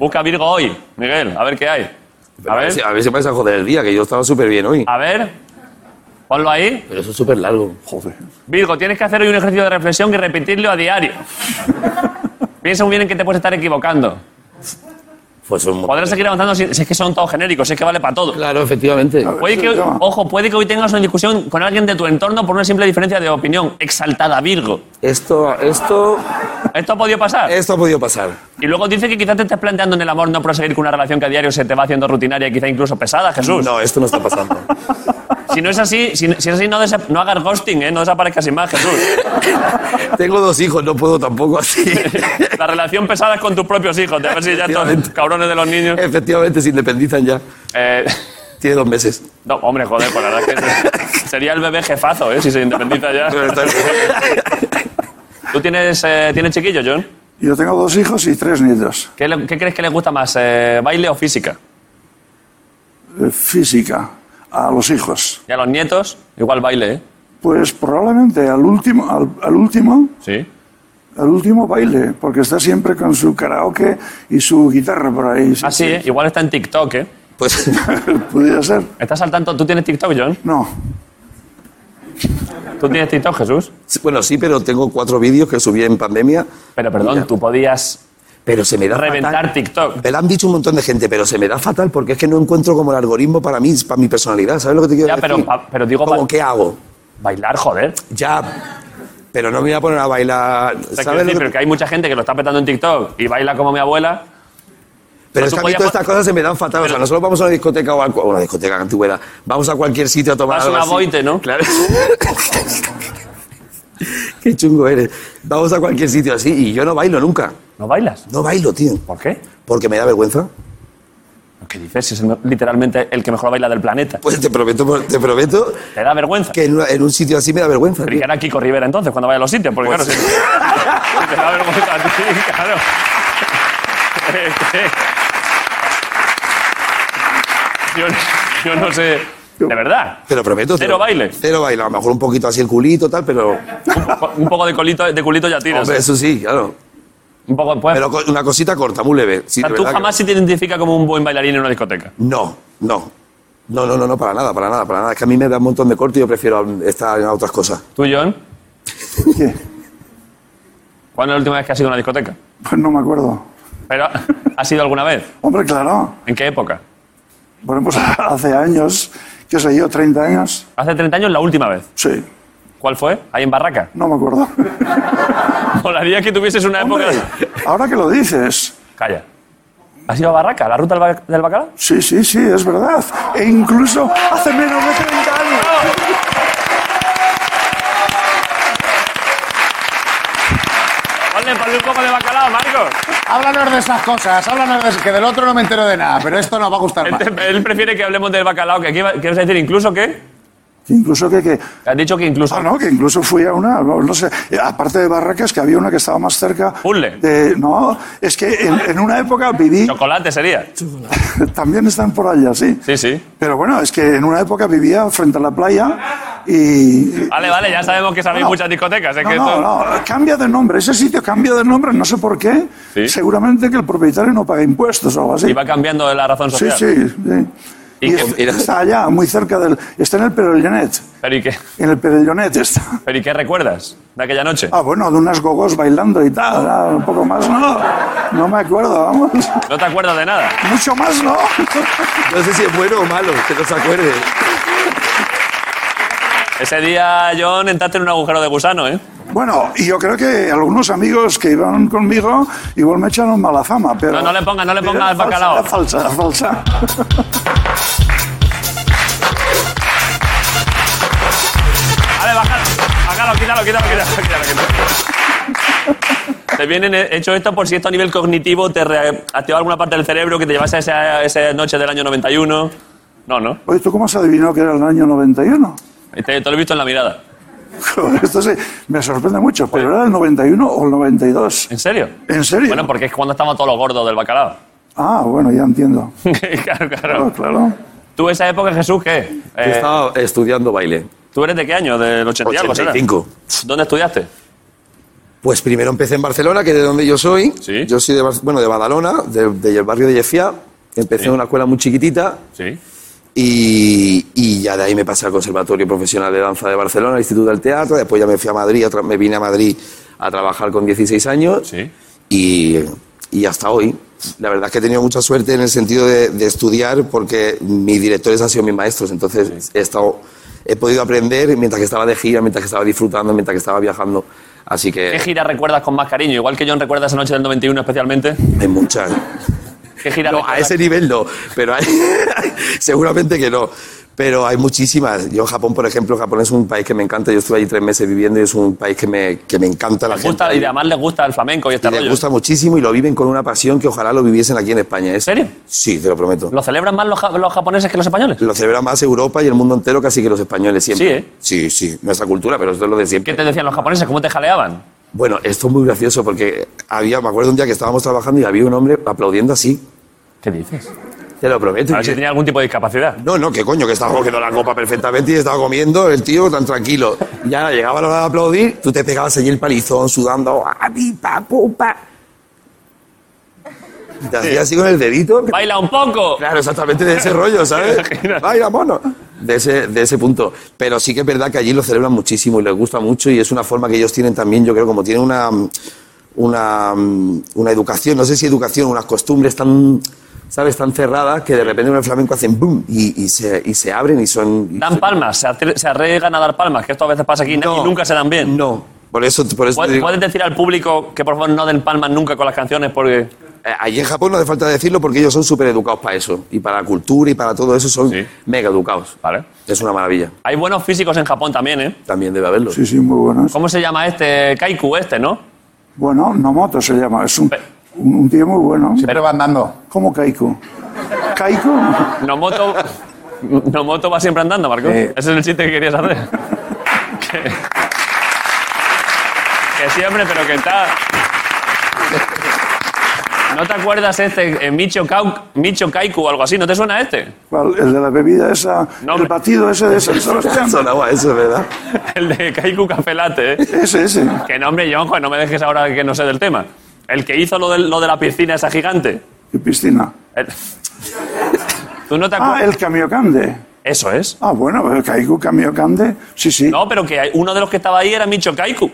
Speaker 2: Busca Virgo hoy, Miguel. A ver qué hay. A
Speaker 7: A ver, si-
Speaker 2: ver. Ah.
Speaker 7: a ver si vais a joder el día, que yo estaba súper bien hoy.
Speaker 2: A ver. Ponlo ahí.
Speaker 7: Pero eso es súper largo.
Speaker 8: Joder.
Speaker 2: Virgo, tienes que hacer hoy un ejercicio de reflexión y repetirlo a diario. Piensa muy bien en que te puedes estar equivocando.
Speaker 7: Pues un montón.
Speaker 2: Podrás seguir avanzando si, si es que son todos genéricos, si es que vale para todo.
Speaker 7: Claro, efectivamente.
Speaker 2: Puede
Speaker 8: Ese
Speaker 2: que,
Speaker 8: es el tema.
Speaker 2: ojo, puede que hoy tengas una discusión con alguien de tu entorno por una simple diferencia de opinión. Exaltada Virgo.
Speaker 7: Esto, esto,
Speaker 2: ¿Esto ha podido pasar?
Speaker 7: esto ha podido pasar.
Speaker 2: Y luego dice que quizás te estás planteando en el amor no proseguir con una relación que a diario se te va haciendo rutinaria y quizá incluso pesada, Jesús.
Speaker 7: No, esto no está pasando.
Speaker 2: Si no es así, si, si es así no, desa- no hagas ghosting, ¿eh? no desaparezcas más, Jesús.
Speaker 7: Tengo dos hijos, no puedo tampoco así.
Speaker 2: La relación pesada es con tus propios hijos, de a ver si ya estos
Speaker 7: Efectivamente. Eh.
Speaker 2: cabrones de los niños...
Speaker 7: efectivamente, se independizan ya.
Speaker 2: Eh,
Speaker 7: Tiene dos meses.
Speaker 2: no, hombre, joder, pues la verdad es que sería el bebé jefazo, ¿eh? si se independiza ya.
Speaker 7: Pero está-
Speaker 2: ¿Tú tienes, eh, tienes chiquillo, John?
Speaker 8: Yo tengo dos hijos y tres nietos.
Speaker 2: ¿Qué, le- qué crees que les gusta más, eh, baile o física?
Speaker 8: Eh, Física, a los hijos.
Speaker 2: Y a los nietos, igual baile, ¿eh?
Speaker 8: Pues probablemente al último, al, al último,
Speaker 2: Sí.
Speaker 8: al último baile, porque está siempre con su karaoke y su guitarra por ahí. Sí,
Speaker 2: Así, ¿eh? igual está en TikTok, ¿eh?
Speaker 7: pues
Speaker 8: sí. Pudiera ser.
Speaker 2: ¿Estás al tanto? ¿Tú tienes TikTok, John?
Speaker 8: No.
Speaker 2: ¿Tú tienes TikTok, Jesús?
Speaker 7: Bueno, sí, pero tengo cuatro vídeos que subí en pandemia.
Speaker 2: Pero perdón,
Speaker 7: Mira,
Speaker 2: tú podías
Speaker 7: Pero se me da
Speaker 2: reventar
Speaker 7: fatal.
Speaker 2: TikTok.
Speaker 7: Me lo han dicho un montón de gente, pero se me da fatal porque es que no encuentro como el algoritmo para mí, para mi personalidad. ¿Sabes lo que te quiero
Speaker 2: Ya,
Speaker 7: decir?
Speaker 2: pero pa- pero digo
Speaker 7: Como,
Speaker 2: pa-
Speaker 7: ¿qué hago?
Speaker 2: Bailar, joder. O
Speaker 7: Ya, pero no me voy a poner a bailar.
Speaker 2: sea, quiero
Speaker 7: ¿Sabes
Speaker 2: decir,
Speaker 7: lo
Speaker 2: pero
Speaker 7: que-
Speaker 2: que hay mucha gente que lo está petando en TikTok y baila como mi abuela.
Speaker 7: Pero
Speaker 2: no,
Speaker 7: es
Speaker 2: tú
Speaker 7: que a mí
Speaker 2: podías
Speaker 7: todas
Speaker 2: pa-
Speaker 7: estas cosas se me dan fatal. O sea, nosotros vamos a una discoteca o a cu- a una discoteca de antigüedad. Vamos a cualquier sitio a tomar
Speaker 2: Vas
Speaker 7: algo
Speaker 2: una
Speaker 7: así.
Speaker 2: boite, ¿no?
Speaker 7: Claro. Qué chungo eres. Vamos a cualquier sitio así y yo no bailo nunca.
Speaker 2: ¿No bailas?
Speaker 7: No bailo, tío.
Speaker 2: ¿Por qué?
Speaker 7: Porque me da vergüenza.
Speaker 2: ¿Qué dices? Si Es el me- literalmente el que mejor baila del planeta.
Speaker 7: Pues te prometo, te prometo
Speaker 2: ¿Te da vergüenza?
Speaker 7: que en, una- en un sitio así me da vergüenza.
Speaker 2: Pero ¿y
Speaker 7: tío.
Speaker 2: qué hará Kiko Rivera entonces cuando vaya a los sitios? Porque
Speaker 7: Pues
Speaker 2: claro, si, si te da vergüenza a ti, claro. yo, yo no sé. De verdad.
Speaker 7: Te lo prometo.
Speaker 2: Cero baile.
Speaker 7: Cero baile. A lo mejor un poquito así el culito, tal, pero.
Speaker 2: Un, po- un poco de, colito, de culito ya tiras.
Speaker 7: Hombre, eso sí, claro.
Speaker 2: un poco pues, después.
Speaker 7: Pero co- una cosita corta, muy leve.
Speaker 2: o
Speaker 7: Sí,
Speaker 2: sea,
Speaker 7: de
Speaker 2: tú
Speaker 7: verdad que-
Speaker 2: jamás se te identifica como un buen bailarín en una discoteca.
Speaker 7: No, no. No, no, no, no, para nada, para nada, para nada. Es que a mí me da un montón de corte y yo prefiero estar en otras cosas.
Speaker 2: ¿Tú, John?
Speaker 8: ¿Qué?
Speaker 2: ¿Cuándo es la última vez que has ido a una discoteca?
Speaker 8: Pues no me acuerdo.
Speaker 2: ¿Pero has ido alguna vez?
Speaker 8: Hombre, claro.
Speaker 2: ¿En qué época?
Speaker 8: Bueno, pues hace años, qué sé yo, 30 años.
Speaker 2: Hace 30 años la última vez.
Speaker 8: Sí,
Speaker 2: ¿Cuál fue? Ahí en Barraca.
Speaker 8: no me acuerdo.
Speaker 2: Molaría que tuvieses una época...
Speaker 8: Hombre, ahora que lo dices,
Speaker 2: Calla. ¿Has ido a Barraca, la ruta del, ba- del bacalao?
Speaker 8: sí, sí, sí, es verdad. E incluso hace menos de 30 años.
Speaker 2: Ponle, ponle un poco de bacalao, Marcos.
Speaker 6: Háblanos de esas cosas, háblanos de que del otro no me entero de nada, pero esto nos va a gustar
Speaker 2: Él,
Speaker 6: más.
Speaker 2: te- él prefiere que hablemos del bacalao, que aquí va- ¿quieres decir incluso qué?
Speaker 8: Que incluso que, que
Speaker 2: Has dicho que incluso...
Speaker 8: Ah, no, que incluso fui a una, no, no sé, eh, aparte de Barracas, que había una que estaba más cerca.
Speaker 2: Puzzle.
Speaker 8: Eh, no, es que en, en una época viví,
Speaker 2: Chocolate sería.
Speaker 8: también están por allá, sí.
Speaker 2: Sí, sí.
Speaker 8: Pero bueno, es que en una época vivía frente a la playa y...
Speaker 2: Vale, vale, ya sabemos que sabéis
Speaker 8: No.
Speaker 2: muchas discotecas. Es
Speaker 8: No,
Speaker 2: que
Speaker 8: no,
Speaker 2: esto-
Speaker 8: no, cambia de nombre, ese sitio cambia de nombre, no sé por qué.
Speaker 2: Sí.
Speaker 8: Seguramente que el propietario no paga impuestos o algo así.
Speaker 2: Y va cambiando la razón
Speaker 8: Sí,
Speaker 2: social.
Speaker 8: sí, sí.
Speaker 2: ¿Y
Speaker 8: Y
Speaker 2: qué-
Speaker 8: es- está allá, muy cerca del... Está en el Perellonet,
Speaker 2: Pero, ¿y qué,
Speaker 8: en el Perellonet está.
Speaker 2: pero ¿y qué recuerdas de aquella noche?
Speaker 8: Ah, bueno, de unas gogos bailando y tal, ah, un poco más no. No me acuerdo, vamos.
Speaker 2: No te acuerdas de nada.
Speaker 8: Mucho más no.
Speaker 7: No sé si es bueno o malo, que no se acuerde.
Speaker 2: Eh. Ese día, John, entraste en un agujero de gusano, ¿eh?
Speaker 8: Bueno, y yo creo que algunos amigos que iban conmigo igual me echaron mala fama, pero...
Speaker 2: No, no le ponga, no le
Speaker 8: pero
Speaker 2: ponga
Speaker 8: era
Speaker 2: al bacalao.
Speaker 8: Falsa, era falsa, era falsa.
Speaker 2: Vale, bájalo, bájalo, quítalo, quítalo, quítalo, quítalo, quítalo. Te vienen he- hecho esto por si esto a nivel cognitivo te reactiva alguna parte del cerebro que te llevase a esa, esa noche del año 91. No, no.
Speaker 8: Oye, ¿tú cómo has adivinado que era el año 91?
Speaker 2: Te, te lo he visto en la mirada.
Speaker 8: Joder, Esto sí, me sorprende mucho, pero era el 91 o el 92.
Speaker 2: ¿En serio?
Speaker 8: ¿En serio?
Speaker 2: Bueno, porque es cuando estamos todos los gordos del bacalao.
Speaker 8: Ah, bueno, ya entiendo. Claro,
Speaker 2: claro, claro.
Speaker 8: claro.
Speaker 2: ¿Tú esa época, Jesús, qué?
Speaker 7: Yo
Speaker 2: Eh,
Speaker 7: estaba estudiando baile.
Speaker 2: ¿Tú eres de qué año? ¿Del 80 y algo, será?
Speaker 7: 85.
Speaker 2: ¿Dónde estudiaste?
Speaker 7: Pues primero empecé en Barcelona, que es de donde yo soy.
Speaker 2: Sí.
Speaker 7: Yo soy de, Bar- bueno, de Badalona, de- del barrio de Yefía. Empecé en una escuela muy chiquitita
Speaker 2: Sí.
Speaker 7: y, y ya de ahí me pasé al Conservatorio Profesional de Danza de Barcelona, al Instituto del Teatro. Después ya me fui a Madrid, a tra- me vine a Madrid a trabajar con 16 años.
Speaker 2: Sí.
Speaker 7: y, y hasta hoy. La verdad es que he tenido mucha suerte en el sentido de, de estudiar porque mis directores han sido mis maestros, entonces he, estado, he podido aprender mientras que estaba de gira, mientras que estaba disfrutando, mientras que estaba viajando. Así
Speaker 2: ¿Qué
Speaker 7: que
Speaker 2: gira recuerdas con más cariño? Igual que John recuerda esa noche del 91 especialmente.
Speaker 7: hay muchas.
Speaker 2: ¿Qué gira
Speaker 7: No, a
Speaker 2: recuerdas?
Speaker 7: ese nivel no, pero hay- seguramente que no. Pero hay muchísimas. Yo en Japón, por ejemplo, Japón es un país que me encanta. Yo estuve allí tres meses viviendo y es un país que me, que me encanta la
Speaker 2: Les
Speaker 7: gente.
Speaker 2: gusta,
Speaker 7: ahí.
Speaker 2: y además les gusta el flamenco y este
Speaker 7: Y les
Speaker 2: rollo.
Speaker 7: gusta muchísimo y lo viven con una pasión que ojalá lo viviesen aquí en España. ¿En
Speaker 2: serio?
Speaker 7: Sí, te lo prometo.
Speaker 2: ¿Lo celebran más los, ja- los japoneses que los españoles?
Speaker 7: Lo celebra más Europa y el mundo entero casi que los españoles siempre. Sí, ¿eh? Sí, sí, nuestra cultura, pero esto es lo de
Speaker 2: ¿Qué
Speaker 7: siempre.
Speaker 2: te decían los japoneses? ¿Cómo te jaleaban?
Speaker 7: Bueno, esto es muy gracioso porque había, me acuerdo un día que estábamos trabajando y había un hombre aplaudiendo así.
Speaker 2: ¿Qué dices?
Speaker 7: Te lo prometo.
Speaker 2: A
Speaker 7: Y
Speaker 2: ver si
Speaker 7: que-
Speaker 2: tenía algún tipo de discapacidad.
Speaker 7: No, no, que coño, que estaba cogiendo la copa perfectamente y estaba comiendo el tío tan tranquilo. Y ahora llegaba la hora de aplaudir, tú te pegabas allí el palizón sudando. ¡ah, pi, pa, pu, pa! Y Te hacías así con el dedito.
Speaker 2: ¡Baila un poco!
Speaker 7: Claro, exactamente de ese rollo, ¿sabes?
Speaker 2: Imagínate.
Speaker 7: Vaya, mono. de ese, de ese punto. Pero sí que es verdad que allí lo celebran muchísimo y les gusta mucho y es una forma que ellos tienen también, yo creo, como tienen una, una, una educación, no sé si educación, unas costumbres tan, ¿sabes?, tan cerradas que de repente en el flamenco hacen boom y, y se, y se abren y son... y
Speaker 2: Dan
Speaker 7: son-
Speaker 2: palmas, se atre- se arriesgan a dar palmas, que esto a veces pasa aquí y nunca se dan bien.
Speaker 7: No, por eso... Por eso te
Speaker 2: ¿Puedes,
Speaker 7: digo-
Speaker 2: puedes decir al público que por favor no den palmas nunca con las canciones porque...
Speaker 7: Eh, Allí en Japón no hace falta decirlo porque ellos son súper educados para eso. Y para la cultura y para todo eso son
Speaker 2: Sí.
Speaker 7: mega educados.
Speaker 2: Vale.
Speaker 7: Es una maravilla.
Speaker 2: Hay buenos físicos en Japón también, ¿eh?
Speaker 7: También debe haberlo.
Speaker 8: Sí, sí, muy buenas.
Speaker 2: ¿Cómo se llama este? Kaiku este, ¿no?
Speaker 8: Bueno, Nomoto se llama. Es un,
Speaker 2: Pe-
Speaker 8: un un tío muy bueno.
Speaker 6: Pero va andando.
Speaker 8: ¿Cómo Kaiku? ¿Kaiku?
Speaker 2: Nomoto... Nomoto va siempre andando, Marco.
Speaker 6: Sí.
Speaker 2: Ese es el chiste que querías hacer. que... que siempre, pero que está... ¿No te acuerdas este? eh, Micho, Kau- Micho Kaiku o algo así. ¿No te suena este?
Speaker 8: ¿Cuál? El de la bebida esa,
Speaker 2: No,
Speaker 8: el
Speaker 2: hombre.
Speaker 8: batido ese de San Sebastián.
Speaker 7: Sonaba eso, es verdad.
Speaker 2: El de Kaiku Café Latte, ¿eh?
Speaker 8: Ese, ese.
Speaker 2: Que no, hombre, Jonjo, no me dejes ahora que no sé del tema. El que hizo lo de, lo de la piscina esa gigante.
Speaker 8: Y piscina.
Speaker 2: El- ¿Tú no te acuerdas?
Speaker 8: Ah, el camiocande.
Speaker 2: Eso es.
Speaker 8: Ah, bueno, pero el Kaiku camiocande. Sí, sí.
Speaker 2: No, pero que uno de los que estaba ahí era Micho Kaiku.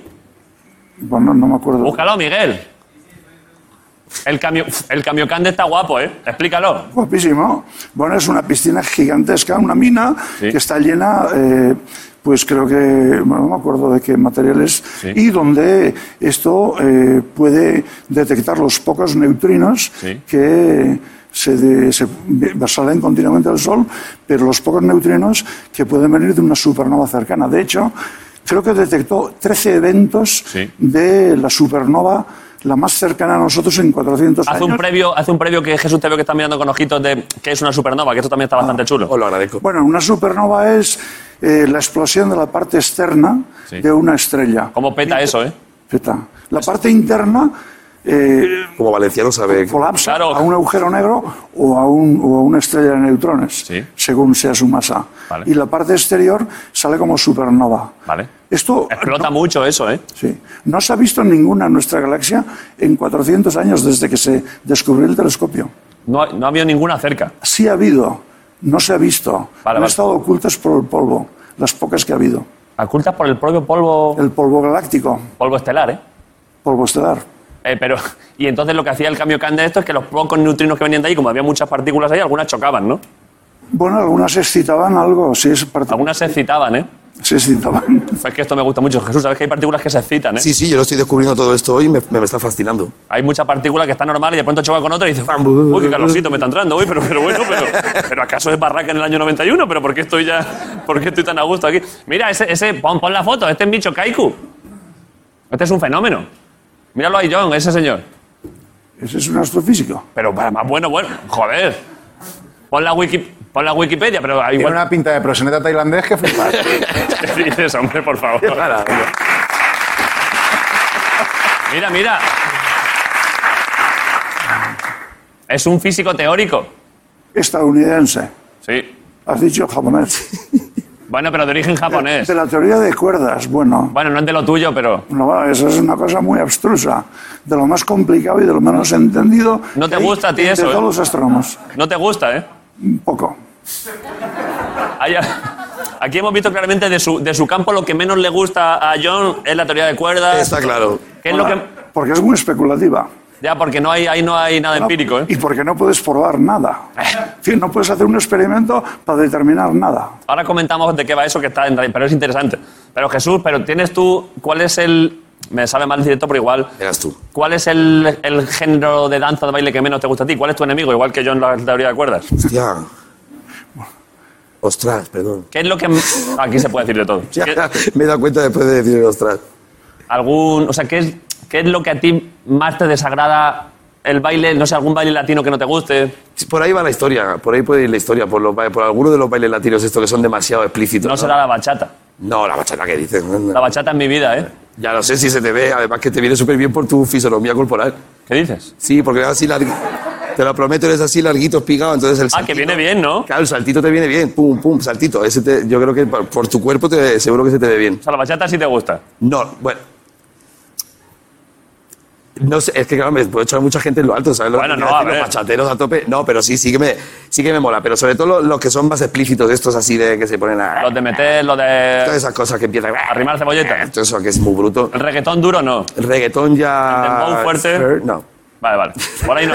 Speaker 8: Bueno, no me acuerdo.
Speaker 2: Búscalo, Miguel. El cambio, el camiocande está guapo, ¿eh? Explícalo.
Speaker 8: Guapísimo. Bueno, es una piscina gigantesca, una mina que está llena, eh, pues creo que, bueno, no me acuerdo de qué materiales, y donde esto eh, puede detectar los pocos neutrinos que se, de- se de- salen continuamente del Sol, pero los pocos neutrinos que pueden venir de una supernova cercana. De hecho, creo que detectó 13 eventos de la supernova. La más cercana a nosotros en 400
Speaker 2: Hace
Speaker 8: años.
Speaker 2: un previo, hace un previo que Jesús te veo que está mirando con ojitos de que es una supernova, que esto también está bastante chulo.
Speaker 7: Os lo agradezco.
Speaker 8: Bueno, una supernova es eh, la explosión de la parte externa de una estrella.
Speaker 2: ¿Cómo peta eso, eh?
Speaker 8: Zeta. La parte interna eh,
Speaker 7: Como valenciano sabe.
Speaker 8: colapsa
Speaker 2: Claro.
Speaker 8: a un agujero negro o a, un- o a una estrella de neutrones,
Speaker 2: Sí.
Speaker 8: según sea su masa.
Speaker 2: Vale.
Speaker 8: Y la parte exterior sale como supernova.
Speaker 2: Vale.
Speaker 8: Esto
Speaker 2: Explota mucho eso, ¿eh?
Speaker 8: sí, no se ha visto en ninguna en nuestra galaxia en 400 años desde que se descubrió el telescopio.
Speaker 2: No, ha- no ha habido ninguna cerca.
Speaker 8: Sí ha habido, no se ha visto.
Speaker 2: Vale,
Speaker 8: han
Speaker 2: vale.
Speaker 8: estado ocultas por el polvo, las pocas que ha habido.
Speaker 2: Ocultas por el propio polvo,
Speaker 8: El polvo galáctico,
Speaker 2: polvo estelar, ¿eh?
Speaker 8: polvo estelar.
Speaker 2: Eh, pero, y entonces lo que hacía el cambio can de esto es que los pocos neutrinos que venían de ahí, como había muchas partículas ahí, algunas chocaban, ¿no?
Speaker 8: Bueno, algunas excitaban algo, sí, es parte-
Speaker 2: Algunas se excitaban, ¿eh?
Speaker 8: se excitaban.
Speaker 2: Es que esto me gusta mucho. Jesús, sabes que hay partículas que se excitan, ¿eh?
Speaker 7: Sí, sí, yo lo estoy descubriendo todo esto hoy y me, me está fascinando.
Speaker 2: Hay mucha partícula que está normal y de pronto choca con otra y dices, uy, qué calorcito me está entrando, uy, pero, pero bueno, pero, pero acaso es barraca en el año 91, pero ¿por qué estoy ya, por qué estoy tan a gusto aquí? Mira, ese, ese pon, pon la foto, este es Micho Kaiku. Este es un fenómeno. Míralo ahí, John, ese señor.
Speaker 8: Ese es un astrofísico.
Speaker 2: Pero para más bueno, bueno, joder. Pon la, wiki, pon la Wikipedia, pero igual...
Speaker 6: Tiene una pinta de proseneta tailandés que flipas.
Speaker 2: ¿Qué dices, hombre, por favor? Mira, mira. Es un físico teórico.
Speaker 8: Estadounidense.
Speaker 2: Sí.
Speaker 8: Has dicho japonés.
Speaker 2: Bueno, pero de origen japonés.
Speaker 8: De la teoría de cuerdas, bueno,
Speaker 2: Bueno, no es de lo tuyo, pero.
Speaker 8: no va, eso es una cosa muy abstrusa. De lo más complicado y de lo menos entendido.
Speaker 2: No te
Speaker 8: que hay
Speaker 2: gusta a ti
Speaker 8: entre
Speaker 2: eso, ¿eh?
Speaker 8: todos los astrónomos.
Speaker 2: No te gusta, ¿eh?
Speaker 8: Un poco.
Speaker 2: Hay- Aquí hemos visto claramente de su, de su campo lo que menos le gusta a John es la teoría de cuerdas.
Speaker 7: Está claro.
Speaker 2: que es lo que.
Speaker 8: Porque es muy especulativa.
Speaker 2: Ya, porque no hay, ahí no hay nada empírico, ¿eh?
Speaker 8: Y porque no puedes probar nada. En fin, No puedes hacer un experimento para determinar nada.
Speaker 2: Ahora comentamos de qué va eso que está en realidad, pero es interesante. Pero Jesús, pero tienes tú. ¿Cuál es el. Me sabe mal directo, pero igual.
Speaker 7: Verás tú.
Speaker 2: ¿Cuál es el, el género de danza de baile que menos te gusta a ti? ¿Cuál es tu enemigo? Igual que yo en la teoría de cuerdas.
Speaker 7: Hostia. Ostras, perdón.
Speaker 2: ¿Qué es lo que.? m- Aquí se puede decir de todo.
Speaker 7: Ya,
Speaker 2: ¿Qué-
Speaker 7: me he dado cuenta después de decir el ostras.
Speaker 2: algún, o sea, ¿qué es, ¿qué es lo que a ti más te desagrada el baile? No sé, algún baile latino que no te guste.
Speaker 7: Sí, Por ahí va la historia, por ahí puede ir la historia, por, los, ba- por alguno de los bailes latinos estos que son demasiado explícitos.
Speaker 2: No será la bachata.
Speaker 7: No, la bachata que dices. no, no.
Speaker 2: La bachata es mi vida, ¿eh?
Speaker 7: Ya no sé si se te ve, además que te viene súper bien por tu fisonomía corporal.
Speaker 2: ¿Qué dices?
Speaker 7: Sí, porque es así largo. Te lo prometo, eres así larguito, espigado, entonces el
Speaker 2: Ah, que viene bien, ¿no?
Speaker 7: Claro, el saltito te viene bien, pum, pum, saltito. Ese te- yo creo que por, por tu cuerpo te, seguro que se te ve bien.
Speaker 2: O sea, la bachata sí te gusta.
Speaker 7: No, bueno. No sé, es que claro, me puedo echar mucha gente en lo alto, ¿sabes? Lo que
Speaker 2: Bueno,
Speaker 7: te
Speaker 2: no,
Speaker 7: quiero
Speaker 2: a
Speaker 7: decir?
Speaker 2: ver.
Speaker 7: Los machateros a tope. No, pero sí, sí que me, sí que me mola. Pero sobre todo lo- los, que son más explícitos, estos así de que se ponen a.
Speaker 2: Los de meter, los
Speaker 7: Todas
Speaker 2: de
Speaker 7: esas cosas que empiezan.
Speaker 2: arrimar cebolleta.
Speaker 7: Todo eso que es muy bruto.
Speaker 2: El reggaetón duro no.
Speaker 7: El reggaetón
Speaker 2: El
Speaker 7: ya.
Speaker 2: dembow fuerte.
Speaker 7: No.
Speaker 2: Vale, vale. Por ahí no.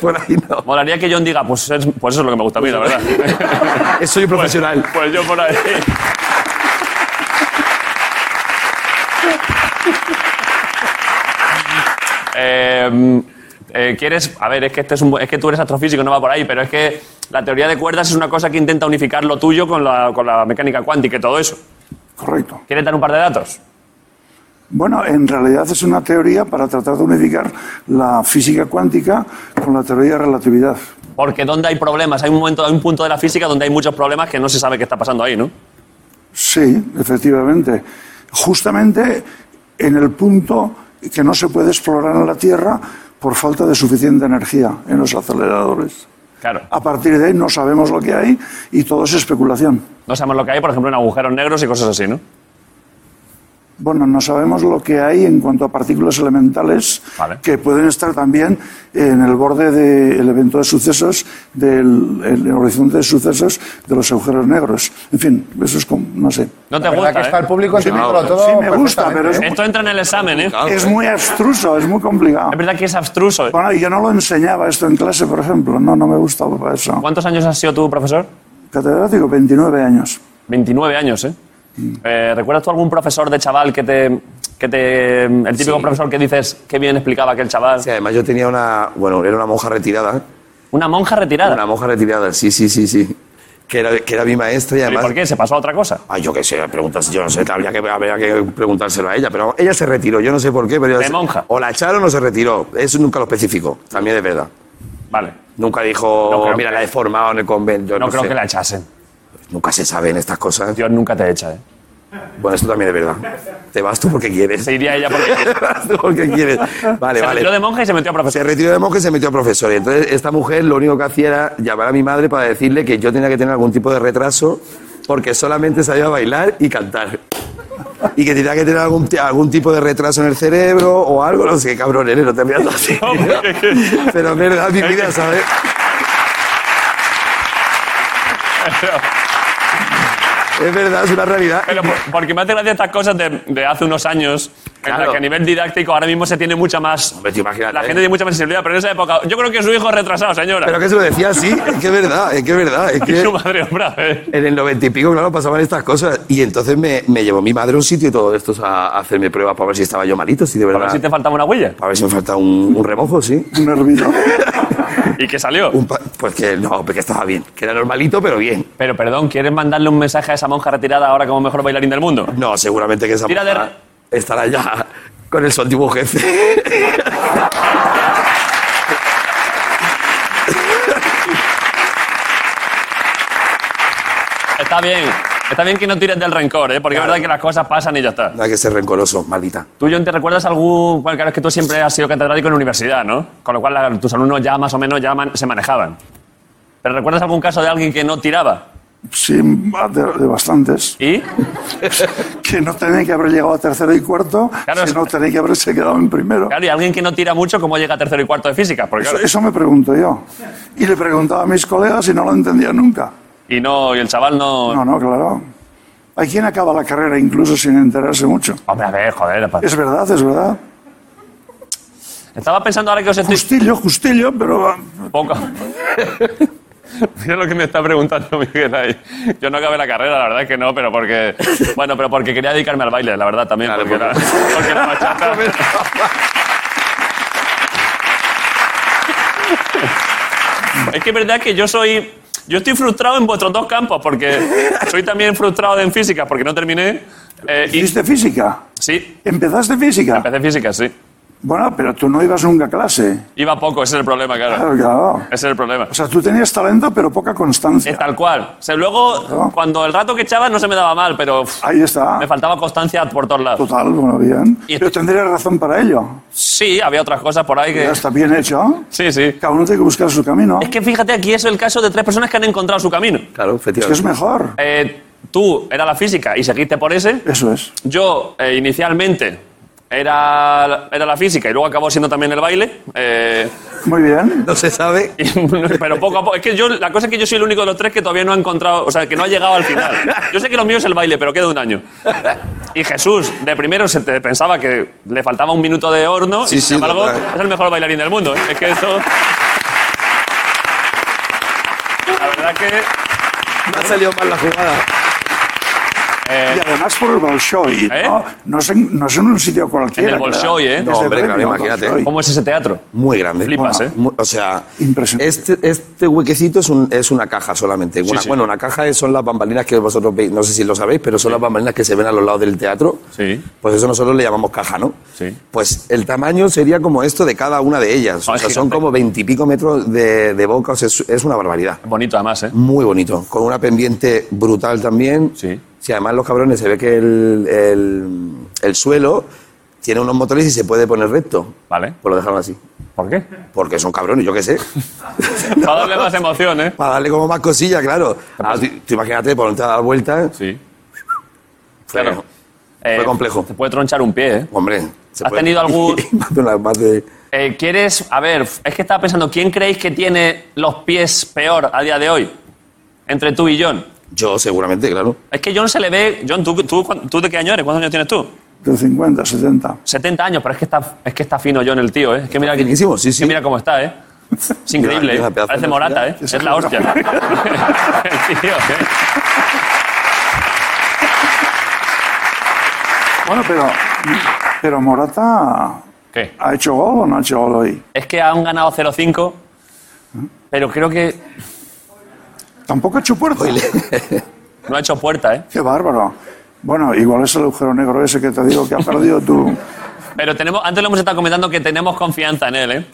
Speaker 7: Por ahí no.
Speaker 2: Molaría que John diga, pues, es- pues eso es lo que me gusta a mí, la verdad.
Speaker 7: Soy profesional.
Speaker 2: Pues, pues yo por ahí. Eh, eh, ¿Quieres? A ver, es que, este es, un bu- es que tú eres astrofísico, no va por ahí, pero es que la teoría de cuerdas es una cosa que intenta unificar lo tuyo con la, con la mecánica cuántica y todo eso.
Speaker 8: Correcto.
Speaker 2: ¿Quieres dar un par de datos?
Speaker 8: Bueno, en realidad es una teoría para tratar de unificar la física cuántica con la teoría de relatividad.
Speaker 2: Porque donde hay problemas, hay un momento, hay un punto de la física donde hay muchos problemas que no se sabe qué está pasando ahí, ¿no?
Speaker 8: Sí, efectivamente. Justamente en el punto que no se puede explorar en la Tierra por falta de suficiente energía en los aceleradores.
Speaker 2: Claro.
Speaker 8: A partir de ahí no sabemos lo que hay y todo es especulación.
Speaker 2: No sabemos lo que hay, por ejemplo, en agujeros negros y cosas así, ¿no?
Speaker 8: Bueno, no sabemos lo que hay en cuanto a partículas elementales
Speaker 2: Vale.
Speaker 8: que pueden estar también en el borde del evento de sucesos, del el horizonte de sucesos de los agujeros negros. En fin, eso es como, no sé.
Speaker 2: No te
Speaker 6: La verdad
Speaker 2: gusta,
Speaker 6: que está
Speaker 2: ¿eh?
Speaker 6: el público entendiéndolo todo.
Speaker 8: sí me gusta,
Speaker 6: perfectamente,
Speaker 8: pero es
Speaker 6: ¿eh?
Speaker 2: Esto entra en el examen, ¿eh?
Speaker 8: Es muy abstruso, es muy complicado.
Speaker 2: Es verdad que es abstruso. ¿eh?
Speaker 8: Bueno, y yo no lo enseñaba esto en clase, por ejemplo. No, no me gustaba para eso.
Speaker 2: ¿Cuántos años has sido tú, profesor?
Speaker 8: Catedrático, 29 años.
Speaker 2: 29 años, ¿eh?
Speaker 7: Mm.
Speaker 2: Eh, ¿Recuerdas tú algún profesor de chaval que te... Que te el típico
Speaker 7: Sí.
Speaker 2: profesor que dices, qué bien explicaba aquel chaval?
Speaker 7: Sí, además yo tenía una. Bueno, era una monja retirada.
Speaker 2: Una monja retirada.
Speaker 7: Una monja retirada, sí, sí, sí, sí. Que era, que era mi maestra y
Speaker 2: ¿Pero ¿Y
Speaker 7: además.
Speaker 2: por qué? ¿Se pasó a otra cosa?
Speaker 7: Ay, yo qué sé, preguntas, yo no sé, habría que, habría que preguntárselo a ella, pero ella se retiró, yo no sé por qué, pero... ella
Speaker 2: ¿De
Speaker 7: se-
Speaker 2: monja?
Speaker 7: O la echaron o se retiró, eso nunca lo especificó, también es verdad.
Speaker 2: Vale.
Speaker 7: Nunca dijo,
Speaker 2: No creo
Speaker 7: mira,
Speaker 2: que-
Speaker 7: la he formado en el convento.
Speaker 2: No,
Speaker 7: No,
Speaker 2: creo
Speaker 7: sé.
Speaker 2: que la echasen.
Speaker 7: Nunca se saben estas cosas.
Speaker 2: Dios nunca te echa, ¿eh?
Speaker 7: Bueno, esto también es verdad. Te vas tú porque quieres.
Speaker 2: Se iría ella porque...
Speaker 7: Te vas tú porque quieres. Vale,
Speaker 2: Se
Speaker 7: vale.
Speaker 2: retiró de monja y se metió a
Speaker 7: Ah, pues Se
Speaker 2: profesor.
Speaker 7: retiró de monja y se metió a profesor. Y entonces esta mujer lo único que hacía era llamar a mi madre para decirle que yo tenía que tener algún tipo de retraso porque solamente sabía bailar y cantar. Y que tenía que tener algún, ti- algún tipo de retraso en el cerebro o algo. No sé, cabrón, eres, no te veas así. Pero es verdad, mi vida, ¿sabes? Es verdad, es una realidad.
Speaker 2: Pero por- porque me hace gracia estas cosas de, de hace unos años, en las
Speaker 7: Claro.
Speaker 2: que a nivel didáctico ahora mismo se tiene mucha más...
Speaker 7: Hombre, tú imagínate,
Speaker 2: la
Speaker 7: ¿eh?
Speaker 2: gente tiene mucha más sensibilidad, pero en esa época... Yo creo que su hijo es retrasado, señora.
Speaker 7: Pero que se lo decía así, es que es verdad, es que es verdad. Es
Speaker 2: Y
Speaker 7: que...
Speaker 2: su madre, hombre, a ver.
Speaker 7: En el noventa y pico, claro, pasaban estas cosas. Y entonces me, me llevó mi madre a un sitio y todo esto a, a hacerme pruebas para ver si estaba yo malito, si de
Speaker 2: A
Speaker 7: verdad.
Speaker 2: ver si te faltaba una huella.
Speaker 7: para ver si me faltaba un, un remojo, sí.
Speaker 8: Un hervido.
Speaker 2: ¿Y que salió?
Speaker 7: Un pa- pues que no, pues que estaba bien. Que era normalito, pero bien.
Speaker 2: Pero perdón, ¿quieres mandarle un mensaje a esa monja retirada ahora como mejor bailarín del mundo?
Speaker 7: No, seguramente que esa
Speaker 2: Tira de
Speaker 7: mujer estará ya con el antiguo jefe.
Speaker 2: Está bien. Está bien que no tires del rencor, ¿eh? Porque es verdad que las cosas pasan y ya está.
Speaker 7: No hay que ser rencoroso, maldita.
Speaker 2: Tú, John, ¿te recuerdas algún...? Bueno, claro, es que tú siempre has sido catedrático en la universidad, ¿no? Con lo cual la- tus alumnos ya más o menos ya man- se manejaban. ¿Pero recuerdas algún caso de alguien que no tiraba?
Speaker 8: Sí, de, de bastantes.
Speaker 2: ¿Y?
Speaker 8: Que no tenía que haber llegado a tercero y cuarto,
Speaker 2: Claro, es-
Speaker 8: que no tenía que haberse quedado en primero.
Speaker 2: Claro, y alguien que no tira mucho, ¿cómo llega a tercero y cuarto de física? Porque,
Speaker 8: Eso,
Speaker 2: claro,
Speaker 8: eso me pregunto yo. Y le preguntaba a mis colegas y no lo entendía nunca.
Speaker 2: y no, y el chaval no...
Speaker 8: No, no, claro. Hay quien acaba la carrera incluso sin enterarse mucho.
Speaker 2: Hombre, a ver, joder. pa-
Speaker 8: Es verdad, es verdad.
Speaker 2: Estaba pensando ahora que os estoy...
Speaker 8: Justillo, justillo, pero ah,
Speaker 2: Poco. Mira lo que me está preguntando Miguel ahí. Yo no acabé la carrera, la verdad es que no, pero porque. Bueno, pero porque quería dedicarme al baile, la verdad también.
Speaker 7: Claro,
Speaker 2: porque,
Speaker 7: porque-
Speaker 2: la- porque la bachata- es que es verdad que yo soy. Yo estoy frustrado en vuestros dos campos, porque soy también frustrado en física, porque no terminé. eh, y,
Speaker 8: hiciste física.
Speaker 2: sí,
Speaker 8: ¿Empezaste física?
Speaker 2: empecé física, sí.
Speaker 8: Bueno, pero tú no ibas nunca a clase.
Speaker 2: Iba poco, ese es el problema, claro.
Speaker 8: Claro, claro.
Speaker 2: Ese es el problema.
Speaker 8: O sea, tú tenías talento, pero poca
Speaker 2: Es
Speaker 8: constancia.
Speaker 2: tal cual. O sea, luego,
Speaker 8: Claro.
Speaker 2: cuando el rato que echaba no se me daba mal, pero uf,
Speaker 8: Ahí está.
Speaker 2: me faltaba constancia por todos lados.
Speaker 8: Total, bueno, bien.
Speaker 2: Y-
Speaker 8: Pero tendría razón para ello.
Speaker 2: Sí, había otras cosas por ahí que...
Speaker 8: Ya está bien hecho.
Speaker 2: Sí, sí.
Speaker 8: Cada uno tiene que buscar su camino.
Speaker 2: Es que fíjate, aquí es el caso de tres personas que han encontrado su camino.
Speaker 7: Claro,
Speaker 8: Es que es
Speaker 7: efectivamente.
Speaker 8: mejor.
Speaker 2: Eh, tú era la física y seguiste por ese.
Speaker 8: Eso es.
Speaker 2: Yo, eh, inicialmente, era, era la física y luego acabó siendo también el baile. eh,
Speaker 8: Muy bien.
Speaker 7: No se sabe.
Speaker 2: y- pero poco a poco. Es que yo, la cosa es que yo soy el único de los tres que todavía no ha encontrado, o sea, que no ha llegado al final. Yo sé que lo mío es el baile, pero queda un año. Y Jesús, de primero se te pensaba que le faltaba un minuto de horno
Speaker 7: Sí,
Speaker 2: y sin
Speaker 7: sí,
Speaker 2: embargo
Speaker 7: total.
Speaker 2: es el mejor bailarín del mundo. ¿eh? Es que esto. La verdad que.
Speaker 7: Me ha salido mal la jugada.
Speaker 8: Y además por el Bolshoi,
Speaker 2: ¿Eh?
Speaker 8: ¿no? No es, en, no es en un sitio cualquiera.
Speaker 2: En el
Speaker 8: ¿verdad?
Speaker 2: Bolshoi, ¿eh?
Speaker 8: Es
Speaker 2: No,
Speaker 8: de
Speaker 7: hombre, claro,
Speaker 8: premio,
Speaker 7: imagínate.
Speaker 8: Bolshoi.
Speaker 2: ¿Cómo es ese teatro?
Speaker 7: Muy grande.
Speaker 2: Flipas, ¿eh?
Speaker 7: Mu- O sea,
Speaker 8: Impresionante.
Speaker 7: Este, este huequecito es, un- es una caja solamente. Una-
Speaker 2: sí.
Speaker 7: Bueno, una caja es- son las bambalinas que vosotros veis, no sé si lo sabéis, pero son las bambalinas que se ven a los lados del teatro.
Speaker 2: Sí.
Speaker 7: Pues eso nosotros le llamamos caja, ¿no?
Speaker 2: Sí.
Speaker 7: Pues el tamaño sería como esto de cada una de ellas.
Speaker 2: Ah,
Speaker 7: o
Speaker 2: es
Speaker 7: sea, son
Speaker 2: gigante.
Speaker 7: como veintipico metros de, de boca, o sea, es, es una barbaridad.
Speaker 2: Bonito además, ¿eh?
Speaker 7: Muy bonito, con una pendiente brutal también.
Speaker 2: Sí.
Speaker 7: Si además los cabrones se ve que el, el- el suelo tiene unos motores y se puede poner recto.
Speaker 2: Vale.
Speaker 7: Pues lo dejaron así.
Speaker 2: ¿Por qué?
Speaker 7: Porque son cabrones, yo qué sé.
Speaker 2: Para darle más emoción, ¿eh?
Speaker 7: Para darle como más cosilla, claro. Ah, tú, tú imagínate, ponerte a dar vuelta. pues,
Speaker 2: Sí.
Speaker 7: Fue-
Speaker 2: Claro.
Speaker 7: Fue complejo.
Speaker 2: Te Eh, puede tronchar un pie, ¿eh?
Speaker 7: Hombre. se
Speaker 2: ¿Has
Speaker 7: puede-
Speaker 2: tenido algún-
Speaker 7: más de una- más de-
Speaker 2: Eh, ¿Quieres.? A ver, es que estaba pensando, ¿quién creéis que tiene los pies peor a día de hoy? Entre tú y John.
Speaker 7: Yo, seguramente, claro.
Speaker 2: Es que John se le ve. John, ¿tú, tú, cuán- tú de qué año eres? ¿Cuántos años tienes tú?
Speaker 8: De 50, 70.
Speaker 2: 70 años, pero es que está, es que está fino John el tío, ¿eh? Es que mira,
Speaker 7: finísimo, sí, sí.
Speaker 2: es que mira cómo está, ¿eh? Es increíble,
Speaker 7: Mira,
Speaker 2: ¿eh?
Speaker 7: mira, pedazo
Speaker 2: Parece
Speaker 7: de
Speaker 2: morata, ¿eh?
Speaker 7: hostia.
Speaker 2: Es la hostia. El tío, ¿eh?
Speaker 8: Bueno, pero, pero Morata
Speaker 2: ¿Qué?
Speaker 8: ha hecho gol o no ha hecho gol hoy.
Speaker 2: Es que han ganado 0-5, pero creo que
Speaker 8: Tampoco ha hecho puerta.
Speaker 2: no ha hecho puerta, ¿eh?
Speaker 8: Qué bárbaro. Bueno, igual es el agujero negro ese que te digo que ha perdido tú.
Speaker 2: Pero tenemos, antes lo hemos estado comentando que tenemos confianza en él, ¿eh?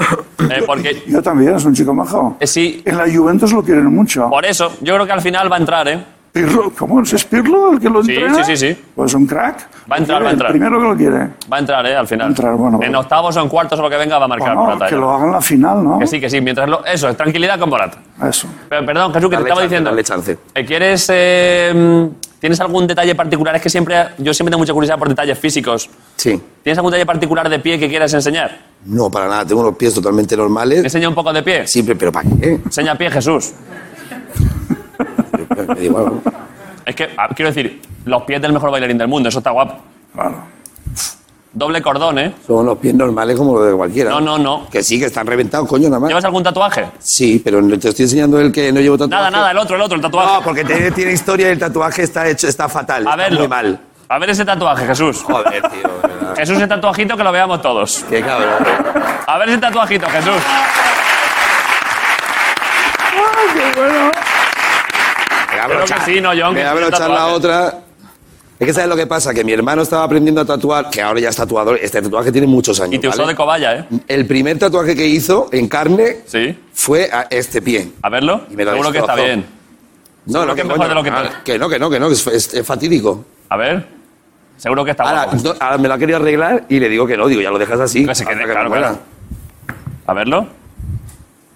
Speaker 2: Eh, porque
Speaker 8: Yo también, es un chico majo.
Speaker 2: eh, sí,
Speaker 8: En la Juventus lo quieren mucho.
Speaker 2: por eso, yo creo que al final va a entrar, ¿eh?
Speaker 8: Pirlo, ¿Cómo? ¿Es Pirlo el que lo
Speaker 2: Sí,
Speaker 8: entrena?
Speaker 2: sí, sí, sí.
Speaker 8: Pues un crack.
Speaker 2: Va a entrar, va a
Speaker 8: El
Speaker 2: entrar.
Speaker 8: primero que lo quiere.
Speaker 2: Va a entrar, ¿eh? Al final.
Speaker 8: Va a entrar, bueno,
Speaker 2: en
Speaker 8: bueno.
Speaker 2: octavos o en cuartos o lo que venga va a marcar
Speaker 8: Bueno,
Speaker 2: Morata.
Speaker 8: Pues que
Speaker 2: ¿eh?
Speaker 8: lo hagan en la final, ¿no?
Speaker 2: Que sí, que sí. Mientras lo, eso, es tranquilidad con Morata.
Speaker 8: Eso.
Speaker 2: Pero, perdón, Jesús, que te
Speaker 7: Dale
Speaker 2: estaba
Speaker 7: chance,
Speaker 2: diciendo.
Speaker 7: dale chance.
Speaker 2: Eh, ¿Quieres. eh, mm, ¿Tienes algún detalle particular? Es que siempre. Yo siempre tengo mucha curiosidad por detalles físicos.
Speaker 7: Sí.
Speaker 2: ¿Tienes algún detalle particular de pie que quieras enseñar?
Speaker 7: No, para nada. Tengo unos pies totalmente normales.
Speaker 2: Enseña un poco de pie.
Speaker 7: Siempre, pero ¿para qué?
Speaker 2: Enseña pie, Jesús.
Speaker 7: Me da igual, vamos.
Speaker 2: Es que, ah, quiero decir, los pies del mejor bailarín del mundo, eso está guapo.
Speaker 8: Claro.
Speaker 2: Doble cordón, ¿eh?
Speaker 7: Son unos pies normales como los de cualquiera.
Speaker 2: No, no, no.
Speaker 7: Que sí, que están reventados, coño, nada más.
Speaker 2: ¿Llevas algún tatuaje?
Speaker 7: Sí, pero no te estoy enseñando el que no llevo tatuaje.
Speaker 2: Nada, nada, el otro, el otro, el tatuaje.
Speaker 7: No, porque tiene, tiene historia y el tatuaje está hecho, está fatal.
Speaker 2: a
Speaker 7: está
Speaker 2: verlo.
Speaker 7: Muy mal.
Speaker 2: A ver ese tatuaje, Jesús.
Speaker 7: Joder, tío, de verdad.
Speaker 2: Jesús, ese tatuajito que lo veamos todos.
Speaker 7: Qué cabrón.
Speaker 2: A ver ese tatuajito, Jesús.
Speaker 7: Me da
Speaker 2: Creo que
Speaker 7: brochar.
Speaker 2: sí, ¿no, John?
Speaker 7: Me
Speaker 2: Que
Speaker 7: da
Speaker 2: sí,
Speaker 7: brochar
Speaker 2: tatuaje.
Speaker 7: la otra. Es que sabes lo que pasa, que mi hermano estaba aprendiendo a tatuar, que ahora ya es tatuador, este tatuaje tiene muchos años.
Speaker 2: Y te usó
Speaker 7: ¿vale?
Speaker 2: de cobaya, ¿eh?
Speaker 7: El primer tatuaje que hizo en carne
Speaker 2: Sí.
Speaker 7: fue a este pie.
Speaker 2: A verlo.
Speaker 7: Y me lo
Speaker 2: Seguro que está
Speaker 7: destrozó.
Speaker 2: bien.
Speaker 7: No, no,
Speaker 2: que es mejor
Speaker 7: coño.
Speaker 2: de lo que
Speaker 7: Ah,
Speaker 2: tal.
Speaker 7: que no, que no, que no, que es, es- es fatídico.
Speaker 2: A ver. Seguro que está
Speaker 7: Ahora,
Speaker 2: guapo.
Speaker 7: no, ahora me lo ha querido arreglar y le digo que no, digo, ya lo dejas así.
Speaker 2: Que se quede,
Speaker 7: hasta
Speaker 2: claro,
Speaker 7: muera.
Speaker 2: claro. A verlo.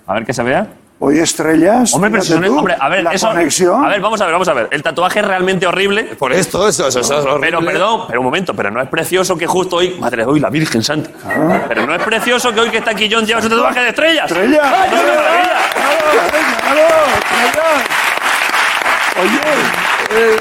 Speaker 2: A ver que se vea.
Speaker 8: Hoy estrellas.
Speaker 2: Hombre, pero si
Speaker 8: fíjate
Speaker 2: son-
Speaker 8: tú,
Speaker 2: hombre, a ver,
Speaker 8: la
Speaker 2: eso.
Speaker 8: conexión.
Speaker 2: A ver, vamos a ver, vamos a ver. El tatuaje es realmente horrible.
Speaker 7: Por esto, eso, eso, eso es horrible.
Speaker 2: Pero, perdón, pero un momento, pero no es precioso que justo hoy. Madre, hoy la Virgen Santa.
Speaker 7: Ah.
Speaker 2: Pero no es precioso que hoy que está aquí John lleva su tatuaje de estrellas.
Speaker 8: Estrellas.
Speaker 2: ¡Ay, qué maravilla!
Speaker 8: Claro, claro, claro. Oye,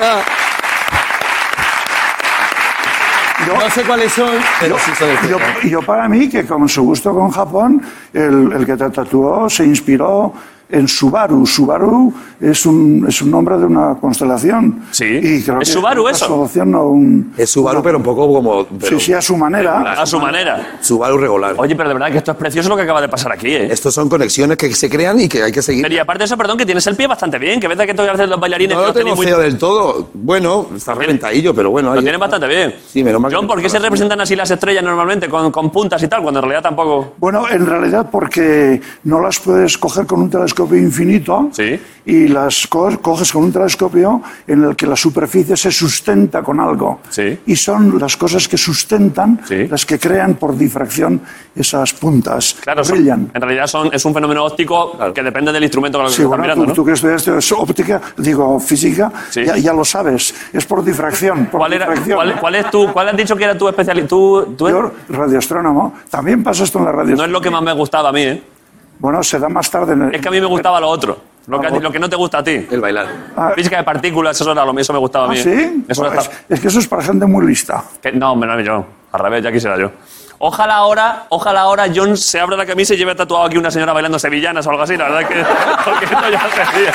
Speaker 7: No sé cuáles son, pero sí son
Speaker 8: yo,
Speaker 7: estrellas.
Speaker 8: yo para mí, que con su gusto con Japón, el, el que te tatuó se inspiró en Subaru. Subaru es un, es un nombre de una constelación.
Speaker 2: Sí.
Speaker 8: Y creo
Speaker 2: ¿Es
Speaker 8: que
Speaker 2: Subaru
Speaker 8: una
Speaker 2: eso?
Speaker 8: constelación o un-
Speaker 7: Es Subaru, pero un poco como.
Speaker 8: Sí,
Speaker 7: pero
Speaker 8: sí, a su manera.
Speaker 2: A su manera.
Speaker 7: Subaru regular.
Speaker 2: Oye, pero de verdad que esto es precioso lo que acaba de pasar aquí, ¿eh?
Speaker 7: Estos son conexiones que se crean y que hay que seguir.
Speaker 2: Pero y aparte de eso, perdón, que tienes el pie bastante bien, que ves que todas veces los bailarines
Speaker 7: No
Speaker 2: que
Speaker 7: lo
Speaker 2: los tenéis
Speaker 7: tengo
Speaker 2: muy-
Speaker 7: feo del todo. Bueno, está reventadillo, pero bueno.
Speaker 2: Lo
Speaker 7: ahí
Speaker 2: tienen
Speaker 7: está.
Speaker 2: bastante bien.
Speaker 7: Sí, menos mal que
Speaker 2: John,
Speaker 7: no
Speaker 2: ¿por qué
Speaker 7: está
Speaker 2: se
Speaker 7: la-
Speaker 2: representan así las estrellas normalmente, con, con puntas y tal, cuando en realidad tampoco...?
Speaker 8: Bueno, en realidad porque no las puedes coger con un telescopio infinito
Speaker 2: Sí.
Speaker 8: y las co- coges con un telescopio en el que la superficie se sustenta con algo.
Speaker 2: Sí.
Speaker 8: Y son las cosas que sustentan,
Speaker 2: Sí.
Speaker 8: las que crean por difracción esas puntas.
Speaker 2: Claro, son-
Speaker 8: brillan.
Speaker 2: en realidad son, es un fenómeno óptico que depende del instrumento con el que
Speaker 8: Sí,
Speaker 2: se está
Speaker 8: bueno,
Speaker 2: mirando,
Speaker 8: tú,
Speaker 2: ¿no?
Speaker 8: tú que estudiaste eso, óptica, digo física,
Speaker 2: Sí.
Speaker 8: ya, ya lo sabes. Es por difracción. Por
Speaker 2: ¿Cuál, era,
Speaker 8: difracción.
Speaker 2: cuál, cuál es tu, ¿Cuál has dicho que era tu especialidad? ¿Tú, tú-
Speaker 8: Yo, radioastrónomo, también pasa esto en la radio.
Speaker 2: no es lo que más me gustaba a mí, ¿eh?
Speaker 8: Bueno, se da más tarde. En el-
Speaker 2: Es que a mí me gustaba lo otro. Lo que, a ti- lo que no te gusta a ti.
Speaker 7: El bailar.
Speaker 8: Ah.
Speaker 2: Física de partículas, eso era lo mío, eso me gustaba a
Speaker 8: ¿Ah,
Speaker 2: mí.
Speaker 8: sí?
Speaker 2: Eso
Speaker 8: Bueno,
Speaker 2: era-
Speaker 8: es, es que eso es para gente muy lista.
Speaker 2: que- no, hombre, no yo. Al revés, ya quisiera yo. Ojalá ahora, ojalá ahora John se abra la camisa y lleve tatuado aquí una señora bailando sevillanas o algo así. La verdad que... Porque esto ya se ríe.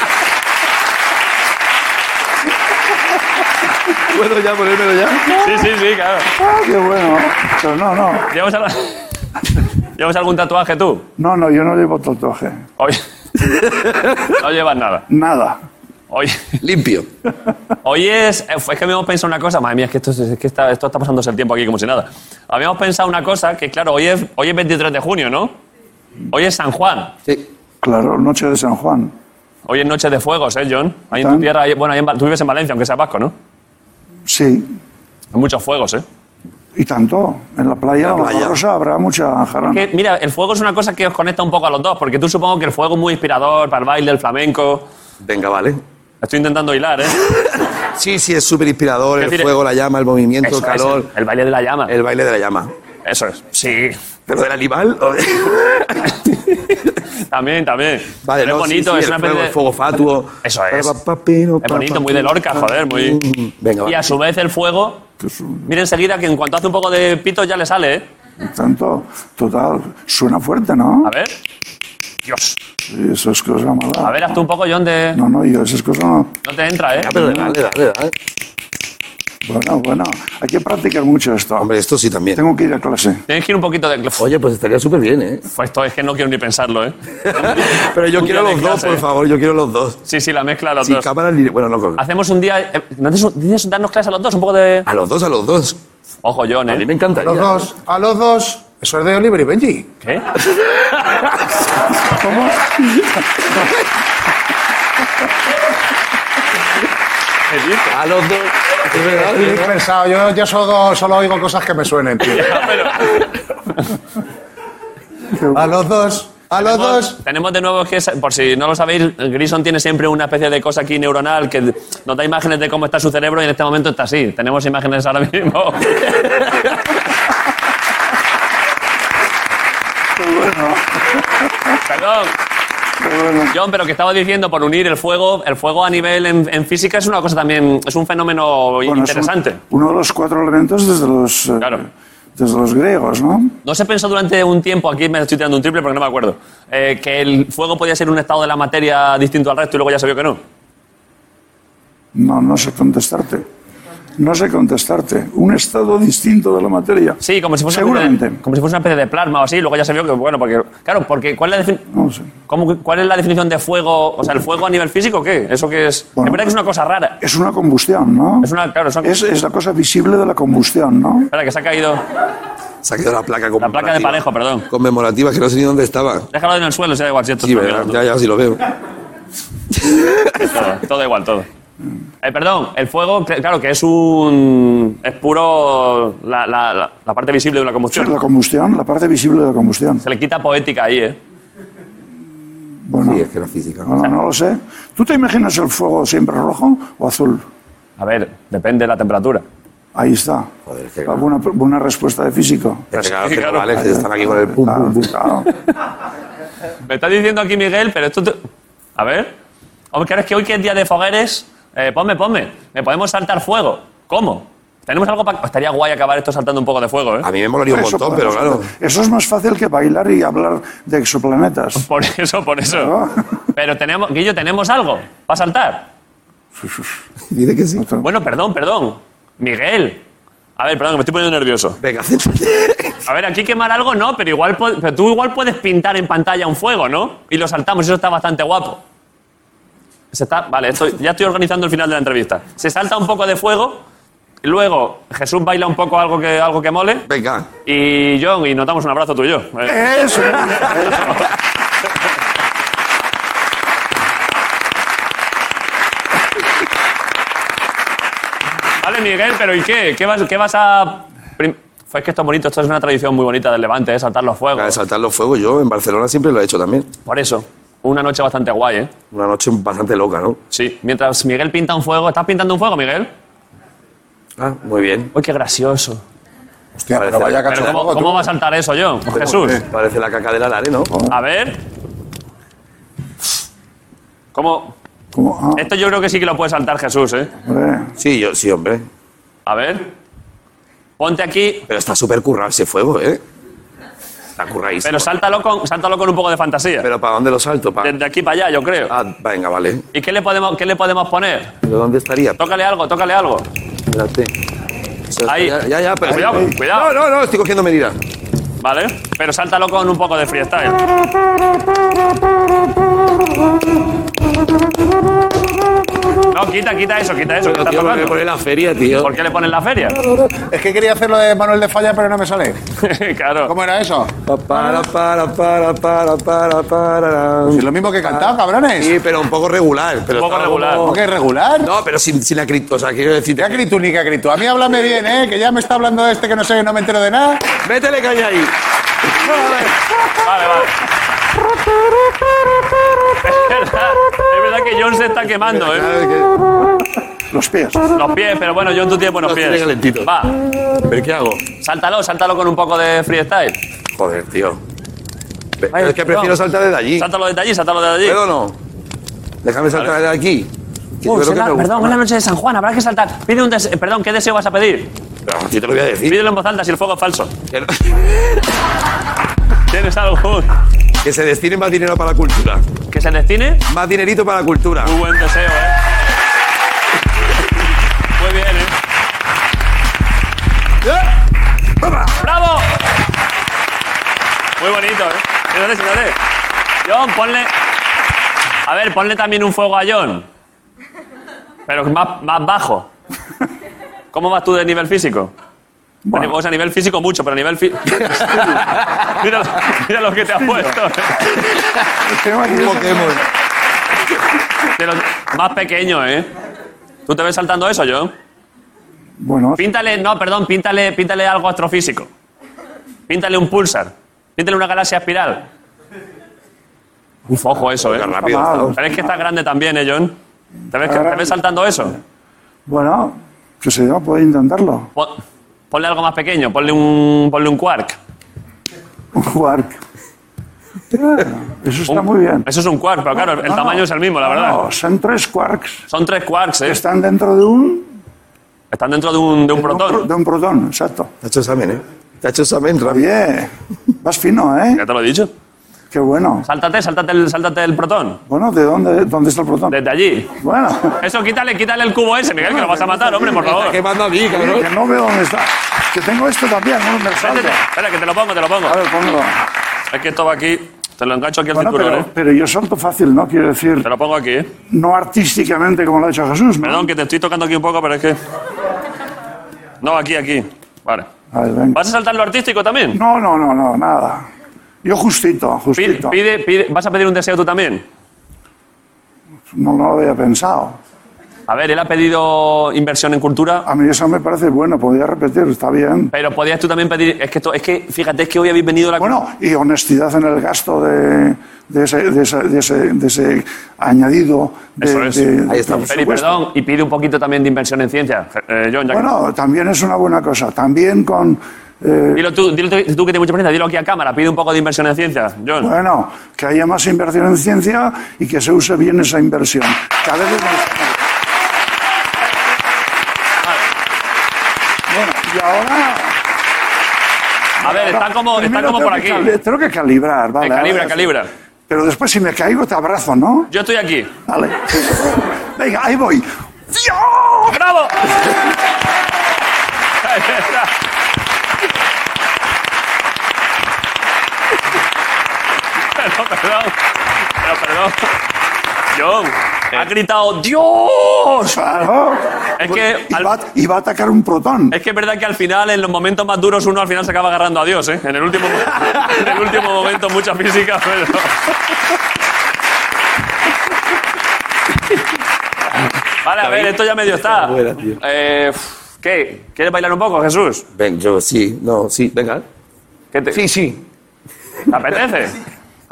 Speaker 7: ¿Puedo ya ponérmelo ya?
Speaker 2: Sí, sí, sí, claro.
Speaker 8: Ah, qué bueno. Pero no, no.
Speaker 2: ¿Llevas, al- ¿Llevas algún tatuaje tú?
Speaker 8: No, no, yo no llevo tatuaje.
Speaker 2: Hoy... No llevas nada.
Speaker 8: Nada.
Speaker 2: Hoy...
Speaker 7: Limpio.
Speaker 2: Hoy es. eh, Es que habíamos pensado una cosa. Madre mía, es que esto, es es que está, esto está pasándose el tiempo aquí como si nada. Habíamos pensado una cosa que, claro, hoy es, hoy es 23 de junio, ¿no? Hoy es San Juan.
Speaker 7: Sí.
Speaker 8: Claro, noche de San Juan.
Speaker 2: Hoy es Noche de Fuegos, ¿eh, John? Ahí en tu
Speaker 8: Tan.
Speaker 2: tierra. ahí- bueno, ahí en Va- tú vives en Valencia, aunque seas vasco, ¿no?
Speaker 8: Sí.
Speaker 2: Hay muchos fuegos, ¿eh?
Speaker 8: Y tanto. En la playa, en la
Speaker 7: playa.
Speaker 8: Rosa, habrá mucha jarana.
Speaker 2: Que, mira, el fuego es una cosa que os conecta un poco a los dos, porque tú supongo que el fuego es muy inspirador para el baile, el flamenco.
Speaker 7: Venga, vale.
Speaker 2: Estoy intentando hilar, ¿eh?
Speaker 7: Sí, sí, es súper inspirador.
Speaker 2: Es
Speaker 7: El
Speaker 2: decir,
Speaker 7: fuego, la llama, el movimiento,
Speaker 2: Eso
Speaker 7: el
Speaker 2: es,
Speaker 7: calor.
Speaker 2: el, el baile de la llama.
Speaker 7: El baile de la llama.
Speaker 2: Eso es. Sí.
Speaker 7: ¿Pero del animal? o de-
Speaker 2: También, también.
Speaker 7: Vale,
Speaker 2: Pero
Speaker 7: no,
Speaker 2: es
Speaker 7: sí,
Speaker 2: bonito,
Speaker 7: sí,
Speaker 2: es
Speaker 7: el
Speaker 2: una
Speaker 7: fuego,
Speaker 2: especie
Speaker 7: el
Speaker 2: de-
Speaker 7: fuego fatuo.
Speaker 2: Eso es.
Speaker 7: Pa, pa, pero,
Speaker 2: Es
Speaker 7: pa,
Speaker 2: bonito,
Speaker 7: pa,
Speaker 2: muy de Lorca, joder, muy.
Speaker 7: Mm, Venga,
Speaker 2: Y
Speaker 7: va.
Speaker 2: a su vez el fuego. Mira enseguida que en cuanto hace un poco de pito ya le sale, ¿eh?
Speaker 8: Y tanto. Total. Suena fuerte, ¿no?
Speaker 2: A ver. Dios.
Speaker 8: Sí, eso es cosa mala.
Speaker 2: A ver, haz tú un poco, John, de.
Speaker 8: No, no, yo esas cosas no.
Speaker 2: No te entra, ¿eh?
Speaker 7: Ah, pero dale, dale, dale.
Speaker 8: Bueno, bueno. Hay que practicar mucho esto.
Speaker 7: Hombre, esto sí también.
Speaker 8: Tengo que ir a clase.
Speaker 2: Tienes que ir un poquito de. Uf,
Speaker 7: Oye, pues estaría súper bien, ¿eh?
Speaker 2: Pues esto es que no quiero ni pensarlo, ¿eh?
Speaker 7: Pero yo
Speaker 2: Un
Speaker 7: quiero
Speaker 2: día de
Speaker 7: los dos,
Speaker 2: clase.
Speaker 7: por favor, yo quiero los dos.
Speaker 2: Sí, sí, la mezcla de los
Speaker 7: Sin
Speaker 2: dos.
Speaker 7: cámara ni... Bueno, no con...
Speaker 2: Hacemos un día. eh, ¿No te su- dices darnos clase a los dos? Un poco de.
Speaker 7: A los dos, a los dos.
Speaker 2: Ojo, John,
Speaker 7: A mí
Speaker 2: ¿eh?
Speaker 7: me
Speaker 9: A los
Speaker 7: encantaría.
Speaker 9: dos, a los dos. Eso es de Oliver y Benji.
Speaker 2: ¿Qué?
Speaker 7: A los dos. Es verdad,
Speaker 9: Estoy
Speaker 7: ¿eh?
Speaker 9: dispersado. Yo, yo solo, solo oigo cosas que me suenen, tío. A los dos, a los dos.
Speaker 2: Tenemos de nuevo que, por si no lo sabéis, Grison tiene siempre una especie de cosa aquí neuronal que nos da imágenes de cómo está su cerebro y en este momento está así. Tenemos imágenes ahora mismo. Perdón. John, pero que estaba diciendo por unir el fuego, el fuego a nivel en, en física es una cosa también, es un fenómeno
Speaker 8: Bueno, es un-
Speaker 2: interesante.
Speaker 8: uno de los cuatro elementos desde los, eh,
Speaker 2: Claro.
Speaker 8: desde los griegos, ¿no?
Speaker 2: No se pensó durante un tiempo, aquí me estoy tirando un triple porque no me acuerdo, eh, que el fuego podía ser un estado de la materia distinto al resto y luego ya se vio que no.
Speaker 8: No, no sé contestarte. No sé contestarte. Un estado distinto de la materia.
Speaker 2: Sí, como si fuese
Speaker 8: Seguramente.
Speaker 2: Una, como si fuese una especie de plasma o así, luego ya se vio que, bueno, porque. Claro, porque ¿cuál es la, defin-
Speaker 8: No sé.
Speaker 2: cómo- cuál es la definición de fuego? O sea, ¿el fuego a nivel físico o qué? ¿Eso qué es?
Speaker 8: Bueno.
Speaker 2: es verdad que es una cosa rara.
Speaker 8: Es una combustión, ¿no?
Speaker 2: Es una. Claro, es una-
Speaker 8: Es, es la cosa visible de la combustión, ¿no?
Speaker 2: Espera, que se ha caído
Speaker 7: Se ha quedado la placa
Speaker 2: la
Speaker 7: conmemorativa.
Speaker 2: placa de parejo, perdón.
Speaker 7: Conmemorativa, que no sé ni dónde estaba.
Speaker 2: Déjalo en el suelo, si da igual, si esto
Speaker 7: Sí,
Speaker 2: está
Speaker 7: verdad,
Speaker 2: quedando.
Speaker 7: ya, ya, sí lo veo.
Speaker 2: Todo, todo igual, todo. Eh, perdón, el fuego, cl- claro, que es un. Es puro. La, la- la- la parte visible de una
Speaker 8: Sí,
Speaker 2: combustión.
Speaker 8: la combustión, la parte visible de la combustión.
Speaker 2: Se le quita poética ahí, ¿eh?
Speaker 8: Bueno,
Speaker 7: Sí, es que era física.
Speaker 8: bueno, no lo sé. ¿Tú te imaginas el fuego siempre rojo o azul?
Speaker 2: A ver, depende de la temperatura.
Speaker 8: Ahí está.
Speaker 7: Joder, qué
Speaker 8: Una buena, buena respuesta de físico. Ah,
Speaker 7: Es que claro, que no
Speaker 2: claro.
Speaker 7: vale, que están aquí con el pum, pum, pum.
Speaker 8: Claro.
Speaker 2: Me está diciendo aquí Miguel, pero esto... te- A ver. Hombre, claro, es que hoy que es día de fogueres... Eh, ponme, ponme. Me podemos saltar fuego. ¿Cómo? ¿Tenemos algo para...? Estaría guay acabar esto saltando un poco de fuego, ¿eh?
Speaker 7: A mí me molaría un
Speaker 8: Eso
Speaker 7: montón, pero
Speaker 8: podemos
Speaker 7: claro.
Speaker 8: hacer. Eso es más fácil que bailar y hablar de exoplanetas.
Speaker 2: Por eso, por eso.
Speaker 8: Claro.
Speaker 2: Pero tenemos... Guillo, ¿tenemos algo para saltar?
Speaker 7: Dice que sí.
Speaker 2: Bueno, perdón, perdón. Miguel. A ver, perdón, que me estoy poniendo nervioso.
Speaker 7: Venga, céntrate.
Speaker 2: A ver, aquí quemar algo no, pero igual po- pero tú igual puedes pintar en pantalla un fuego, ¿no? Y lo saltamos, eso está bastante guapo. Se está, vale, estoy- ya estoy organizando el final de la entrevista. Se salta un poco de fuego, y luego Jesús baila un poco algo que, algo que mole,
Speaker 7: Venga.
Speaker 2: y John, y notamos un abrazo tú y yo. Eh,
Speaker 9: Eso.
Speaker 2: Hombre, Miguel, pero ¿y qué? ¿Qué vas, qué vas a...? prim- Fue que esto es bonito, esto es una tradición muy bonita del Levante, ¿eh? saltar los
Speaker 7: Para
Speaker 2: fuegos.
Speaker 7: saltar los fuegos, yo en Barcelona siempre lo he hecho también.
Speaker 2: Por eso, una noche bastante guay, ¿eh?
Speaker 7: Una noche bastante loca, ¿no?
Speaker 2: Sí, mientras Miguel pinta un fuego... ¿Estás pintando un fuego, Miguel?
Speaker 7: Ah, muy bien.
Speaker 2: Uy, qué gracioso.
Speaker 6: Hostia,
Speaker 7: Parece-
Speaker 6: pero vaya
Speaker 2: Pero
Speaker 6: cacho de
Speaker 2: ¿cómo,
Speaker 6: fuego, tú. eh.
Speaker 2: ¿cómo va a saltar eso yo? Jesús,
Speaker 7: Parece la caca del Alare, ¿no?
Speaker 2: a ver... ¿Cómo...?
Speaker 8: ¿Cómo? Ah,
Speaker 2: Esto yo creo que sí que lo puede saltar Jesús, ¿eh?
Speaker 8: hombre.
Speaker 7: Sí, yo, sí, hombre.
Speaker 2: A ver... Ponte aquí,
Speaker 7: Pero está súper currado ese fuego, ¿eh? Está curradísimo.
Speaker 2: pero sáltalo con, sáltalo con un poco de fantasía.
Speaker 7: ¿Pero para dónde lo salto? Pa-
Speaker 2: Desde aquí para allá, yo creo.
Speaker 7: Ah, venga, vale.
Speaker 2: ¿Y qué le podemos, qué le podemos poner?
Speaker 7: ¿Pero dónde estaría?
Speaker 2: Tócale algo, tócale algo.
Speaker 7: Espérate.
Speaker 2: Ahí.
Speaker 7: Ya, ya, ya, pero...
Speaker 2: Cuidado, cuidado.
Speaker 7: No, no, no, estoy cogiendo medidas.
Speaker 2: Vale, pero sáltalo con un poco de freestyle. No, quita, quita eso, quita eso. que está
Speaker 7: Tío, me voy a
Speaker 2: tocando.
Speaker 7: poner la feria, tío.
Speaker 2: ¿Por qué le ponen la feria?
Speaker 6: Es que quería hacer lo de Manuel de Falla, pero no me sale.
Speaker 2: claro.
Speaker 6: ¿Cómo era eso?
Speaker 7: Pa- Para, para, para, para, para, para.
Speaker 6: Pues es lo mismo que he cantado, cabrones.
Speaker 7: Sí, pero un poco regular. Pero
Speaker 2: Un poco
Speaker 7: estaba
Speaker 2: regular.
Speaker 7: como-
Speaker 6: ¿Cómo que irregular?
Speaker 7: No, pero sin, sin acritud. O sea, quiero decirte.
Speaker 6: Ya gritó ni que gritó. A mí háblame bien, ¿eh? Que ya me está hablando este que no sé, no me entero de nada.
Speaker 7: Métele caña ahí.
Speaker 2: Vale, vale. Es verdad, es verdad que John se está quemando, ¿eh?
Speaker 8: Los pies.
Speaker 2: Los pies, pero bueno, John, tú tienes buenos
Speaker 7: Los tiene
Speaker 2: pies.
Speaker 7: calentitos.
Speaker 2: Va,
Speaker 7: ¿Pero qué hago?
Speaker 2: sáltalo, sáltalo con un poco de freestyle.
Speaker 7: Joder, tío. Pero
Speaker 2: Ay,
Speaker 7: es que prefiero
Speaker 2: no.
Speaker 7: saltar desde allí.
Speaker 2: Sáltalo desde allí, sáltalo desde allí.
Speaker 7: ¿Puedo o no? Déjame saltar desde aquí. Que yo
Speaker 2: Uy,
Speaker 7: creo
Speaker 2: será-
Speaker 7: que me gusta
Speaker 2: perdón, es
Speaker 7: más.
Speaker 2: la noche de San Juan, habrá que saltar. Pide un dese- eh, perdón, ¿qué deseo vas a pedir?
Speaker 7: Pero yo te lo voy a decir.
Speaker 2: Pídelo en voz alta si el fuego es falso.
Speaker 7: Que, no-
Speaker 2: ¿Tienes algo
Speaker 7: que se destine más dinero para la cultura.
Speaker 2: que se destine?
Speaker 7: Más dinerito para la cultura.
Speaker 2: Muy buen deseo, ¿eh? Muy bien, ¿eh? ¡Bravo! Muy bonito, ¿eh? Siéntate, siéntate. John, ponle... A ver, ponle también un fuego a John. Pero más, más bajo. ¿Cómo vas tú de nivel físico? O sea, a nivel físico mucho, pero a nivel... fi- mira, mira lo que te has puesto.
Speaker 7: Un Pokémon.
Speaker 2: De los más pequeño, ¿eh? ¿Tú te ves saltando eso, John?
Speaker 8: Bueno,
Speaker 2: Píntale, no, perdón, píntale, píntale algo astrofísico. Píntale un pulsar. Píntale una galaxia espiral. Un fojo eso, ¿eh?
Speaker 7: Qué rápido.
Speaker 8: Ah,
Speaker 7: ¿no?
Speaker 2: Pero es que estás grande también, ¿eh, John? ¿Te ves, que- te ves saltando eso?
Speaker 8: bueno, qué sé yo, puedo intentarlo.
Speaker 2: Po- Ponle algo más pequeño, ponle un, ponle un quark.
Speaker 8: Un quark. Claro, Eso está muy bien.
Speaker 2: Eso es un quark, pero claro, el
Speaker 8: No, no.
Speaker 2: tamaño es el mismo, la verdad.
Speaker 8: No, son tres quarks
Speaker 2: Son tres quarks,
Speaker 8: que
Speaker 2: ¿eh?
Speaker 8: están dentro de un,
Speaker 2: Están dentro de un, de un protón.
Speaker 8: de un protón, exacto.
Speaker 7: Te ha hecho examen, ¿eh? Te ha hecho examen rápido.
Speaker 8: Oye, vas fino, ¿eh?
Speaker 2: Ya te lo he dicho.
Speaker 8: Qué bueno.
Speaker 2: Sáltate, sáltate el, sáltate el protón.
Speaker 8: Bueno, ¿de dónde, dónde está el protón?
Speaker 2: Desde allí.
Speaker 8: Bueno,
Speaker 2: Eso, quítale, quítale el cubo ese, Miguel, que lo vas a matar, hombre, por favor.
Speaker 7: ¿Qué manda a mí, cabrón?
Speaker 8: que no veo dónde está. Que tengo esto también, no me lo salto.
Speaker 2: Espérate, espera, que te lo pongo, te lo pongo.
Speaker 8: A ver, ponlo.
Speaker 2: Es que esto va aquí, te lo engancho aquí al
Speaker 8: Bueno,
Speaker 2: cinturón,
Speaker 8: pero,
Speaker 2: ¿eh?
Speaker 8: pero yo salto fácil, ¿no? Quiero decir,
Speaker 2: Te lo pongo aquí, ¿eh?
Speaker 8: no artísticamente como lo ha hecho Jesús, ¿no?
Speaker 2: Perdón, que te estoy tocando aquí un poco, pero es que... No, aquí, aquí. Vale.
Speaker 8: A ver, venga.
Speaker 2: ¿Vas a saltar lo artístico también?
Speaker 8: No, no, no, no, nada. Yo justito,
Speaker 2: Pide,
Speaker 8: justito.
Speaker 2: pide, pide- ¿Vas a pedir un deseo tú también?
Speaker 8: No, no lo había pensado.
Speaker 2: A ver, él ha pedido inversión en cultura,
Speaker 8: A mí eso me parece bueno, podría repetir, está bien.
Speaker 2: pero podías tú también pedir... Es que, esto, es que fíjate, es que hoy habéis venido la...
Speaker 8: Bueno, y honestidad en el gasto de, de, ese, de, ese, de ese- de ese añadido. De,
Speaker 2: Eso es.
Speaker 8: de-
Speaker 7: Ahí está.
Speaker 8: del
Speaker 2: Feli,
Speaker 8: presupuesto.
Speaker 2: perdón, y pide un poquito también de inversión en ciencia. Eh, John, ya que-
Speaker 8: Bueno, también es una buena cosa. También con. eh,
Speaker 2: Dilo tú, dilo tú, tú que tienes mucha experiencia, dilo aquí a cámara, pide un poco de inversión en ciencia, John.
Speaker 8: bueno, que haya más inversión en ciencia y que se use bien esa inversión. Cada vez más. Bueno, y ahora.
Speaker 2: a ver, está
Speaker 8: No,
Speaker 2: como, está
Speaker 8: primero
Speaker 2: como
Speaker 8: tengo
Speaker 2: por
Speaker 8: que
Speaker 2: aquí.
Speaker 8: cali- Tengo que calibrar, vale.
Speaker 2: Eh, calibra,
Speaker 8: ahora-
Speaker 2: calibra.
Speaker 8: Pero después, si me caigo, te abrazo, ¿no?
Speaker 2: Yo estoy aquí.
Speaker 8: Vale. Venga, ahí voy.
Speaker 2: ¡Bravo! pero perdón, pero perdón. John, ha gritado ¡Dios!
Speaker 8: Claro.
Speaker 2: Es que,
Speaker 8: Y
Speaker 2: al-
Speaker 8: va, y va a atacar un protón.
Speaker 2: es que es verdad que al final, en los momentos más duros, uno al final se acaba agarrando a Dios, ¿eh? En el último, mo- en el último momento, mucha física, pero... Vale, a ver, esto ya medio está.
Speaker 7: buena, tío.
Speaker 2: Eh, uf, ¿Qué? ¿Quieres bailar un poco, Jesús?
Speaker 7: Ven, yo sí, no, sí, venga.
Speaker 2: ¿Qué te,
Speaker 7: Sí, sí.
Speaker 2: ¿Te apetece?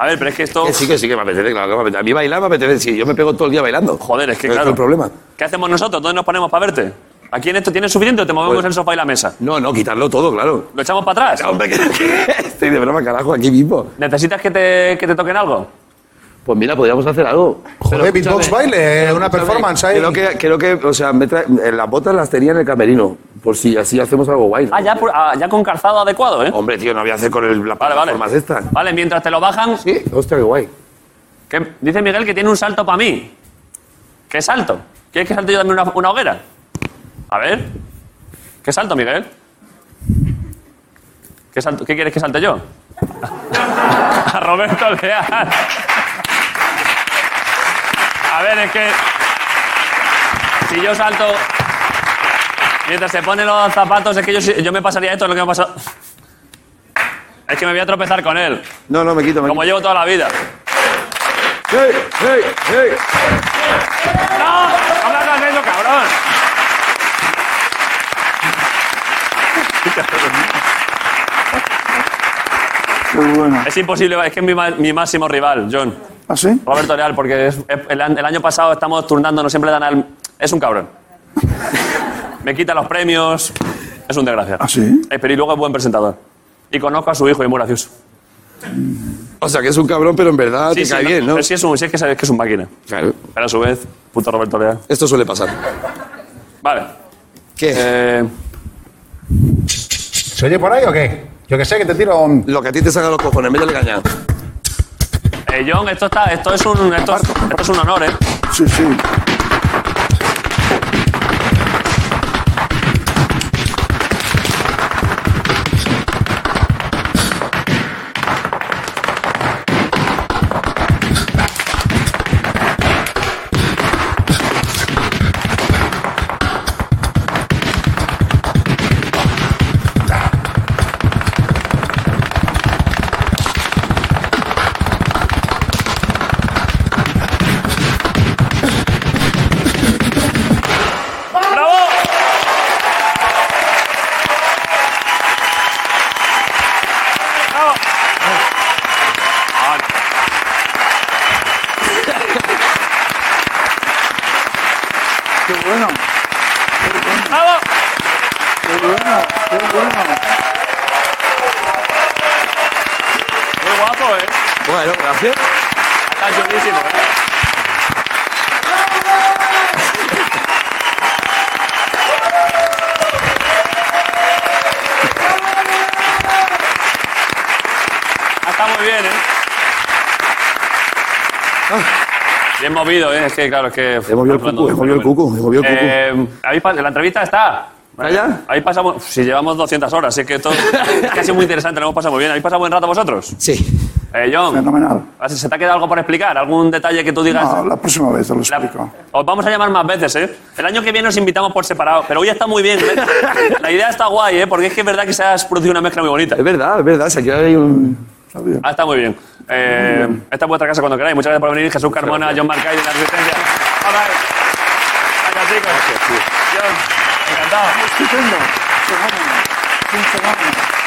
Speaker 2: A ver, pero es que esto...
Speaker 7: Que sí, que sí, que me apetece, claro que me apetece. A mí bailar me apetece, sí, yo me pego todo el día bailando.
Speaker 2: Joder, es que
Speaker 7: No
Speaker 2: claro.
Speaker 7: el problema.
Speaker 2: ¿Qué hacemos nosotros? ¿Dónde nos ponemos para verte? ¿Aquí en esto tienes suficiente o te movemos
Speaker 7: Pues-
Speaker 2: el sofá y la mesa?
Speaker 7: No, no, quitarlo todo, claro.
Speaker 2: ¿Lo echamos para atrás?
Speaker 7: Hombre, que- estoy de broma, carajo, aquí mismo.
Speaker 2: ¿Necesitas que te, que te toquen algo?
Speaker 7: Pues mira, podríamos hacer algo.
Speaker 9: Joder, beatbox baile, eh, una
Speaker 7: Escúchame,
Speaker 9: performance ahí.
Speaker 7: Creo que, creo que o sea, me tra- eh, las botas las tenía en el camerino, por si así hacemos algo guay.
Speaker 2: Ah, ya, por- ah, ya con calzado adecuado, ¿eh?
Speaker 7: Hombre, tío, no voy a hacer con el, las
Speaker 2: Vale, vale.
Speaker 7: plataformas estas.
Speaker 2: Vale, mientras te lo bajan...
Speaker 7: Sí, hostia, qué guay.
Speaker 2: que- dice Miguel que tiene un salto para mí. ¿Qué salto? ¿Quieres que salte yo también una, una hoguera? A ver. ¿Qué salto, Miguel? ¿Qué, salto, ¿Qué quieres que salte yo? A Roberto Leal. A ver, es que... Si yo salto... Mientras se ponen los zapatos, es que yo, si- yo me pasaría esto, es lo que me ha pasado. Es que me voy a tropezar con él,
Speaker 7: No, no, me quito, me
Speaker 2: como
Speaker 7: quito.
Speaker 2: llevo toda la vida.
Speaker 7: ¡Hey, hey, hey!
Speaker 2: ¡No! ¡Hablas de eso, cabrón!
Speaker 8: Qué bueno.
Speaker 2: Es imposible, es que es mi, ma- mi máximo rival, John.
Speaker 8: ¿Ah, sí?
Speaker 2: Roberto Leal, porque es- es- el, an- el año pasado estamos turnándonos, siempre dan al... Es un cabrón. Me quita los premios. Es un desgracia.
Speaker 8: ¿Ah, sí?
Speaker 2: Eh, pero y luego es buen presentador. Y conozco a su hijo y es muy gracioso.
Speaker 7: O sea, que es un cabrón, pero en verdad Ah, te cae bien, ¿no?
Speaker 2: Pero sí es, un, sí es que es, que es un máquina.
Speaker 7: Claro,
Speaker 2: Pero a su vez, puto Roberto Leal.
Speaker 7: esto suele pasar.
Speaker 2: Vale.
Speaker 7: ¿Qué?
Speaker 2: Eh,
Speaker 9: ¿Se oye por ahí o qué? Yo que sé, que te tiro un...
Speaker 7: Lo que a ti te saca los cojones, métele caña.
Speaker 2: eh, John, esto, está, esto, es un, esto, es- esto es un honor, ¿eh?
Speaker 8: Sí, sí.
Speaker 2: ¡Bravo! ¡Bravo! Ah, no.
Speaker 8: Qué bueno.
Speaker 2: ¡Bravo!
Speaker 8: Qué bueno. Qué bueno.
Speaker 2: Muy guapo, ¿eh?
Speaker 7: Bueno, gracias.
Speaker 2: Está chulísimo, ¿eh? Está muy bien, ¿eh? Bien movido, ¿eh? Es que, claro, es que...
Speaker 7: He movido el cucu, he movido el cucu, he movido el cucu.
Speaker 2: Eh, ¿habéis pas- la entrevista está.
Speaker 7: ¿Está ya?
Speaker 2: Ahí pasamos. Uf, Si llevamos 200 horas, así que todo. es que ha sido muy interesante, lo hemos pasado muy bien. ¿Habéis pasado buen rato vosotros?
Speaker 7: Sí.
Speaker 2: Eh, John,
Speaker 8: Fenomenal.
Speaker 2: ¿se te ha quedado algo por explicar? ¿Algún detalle que tú digas?
Speaker 8: No, la próxima vez te lo
Speaker 2: La-
Speaker 8: explico.
Speaker 2: Os vamos a llamar más veces, ¿eh? El año que viene os invitamos por separado, pero hoy está muy bien. ¿eh? La idea está guay, ¿eh? Porque es que es verdad que se ha producido una mezcla muy bonita.
Speaker 7: Es verdad, es verdad, se ha quedado ahí un...
Speaker 8: Está bien.
Speaker 2: Ah, está muy bien. Eh, esta es vuestra casa cuando queráis. Muchas gracias por venir. Jesús Carmona, John Marcay de la Resistencia. Bye, bye. Venga, chicos. John, encantado.
Speaker 8: Estupendo. Fenómeno. Es un fenómeno.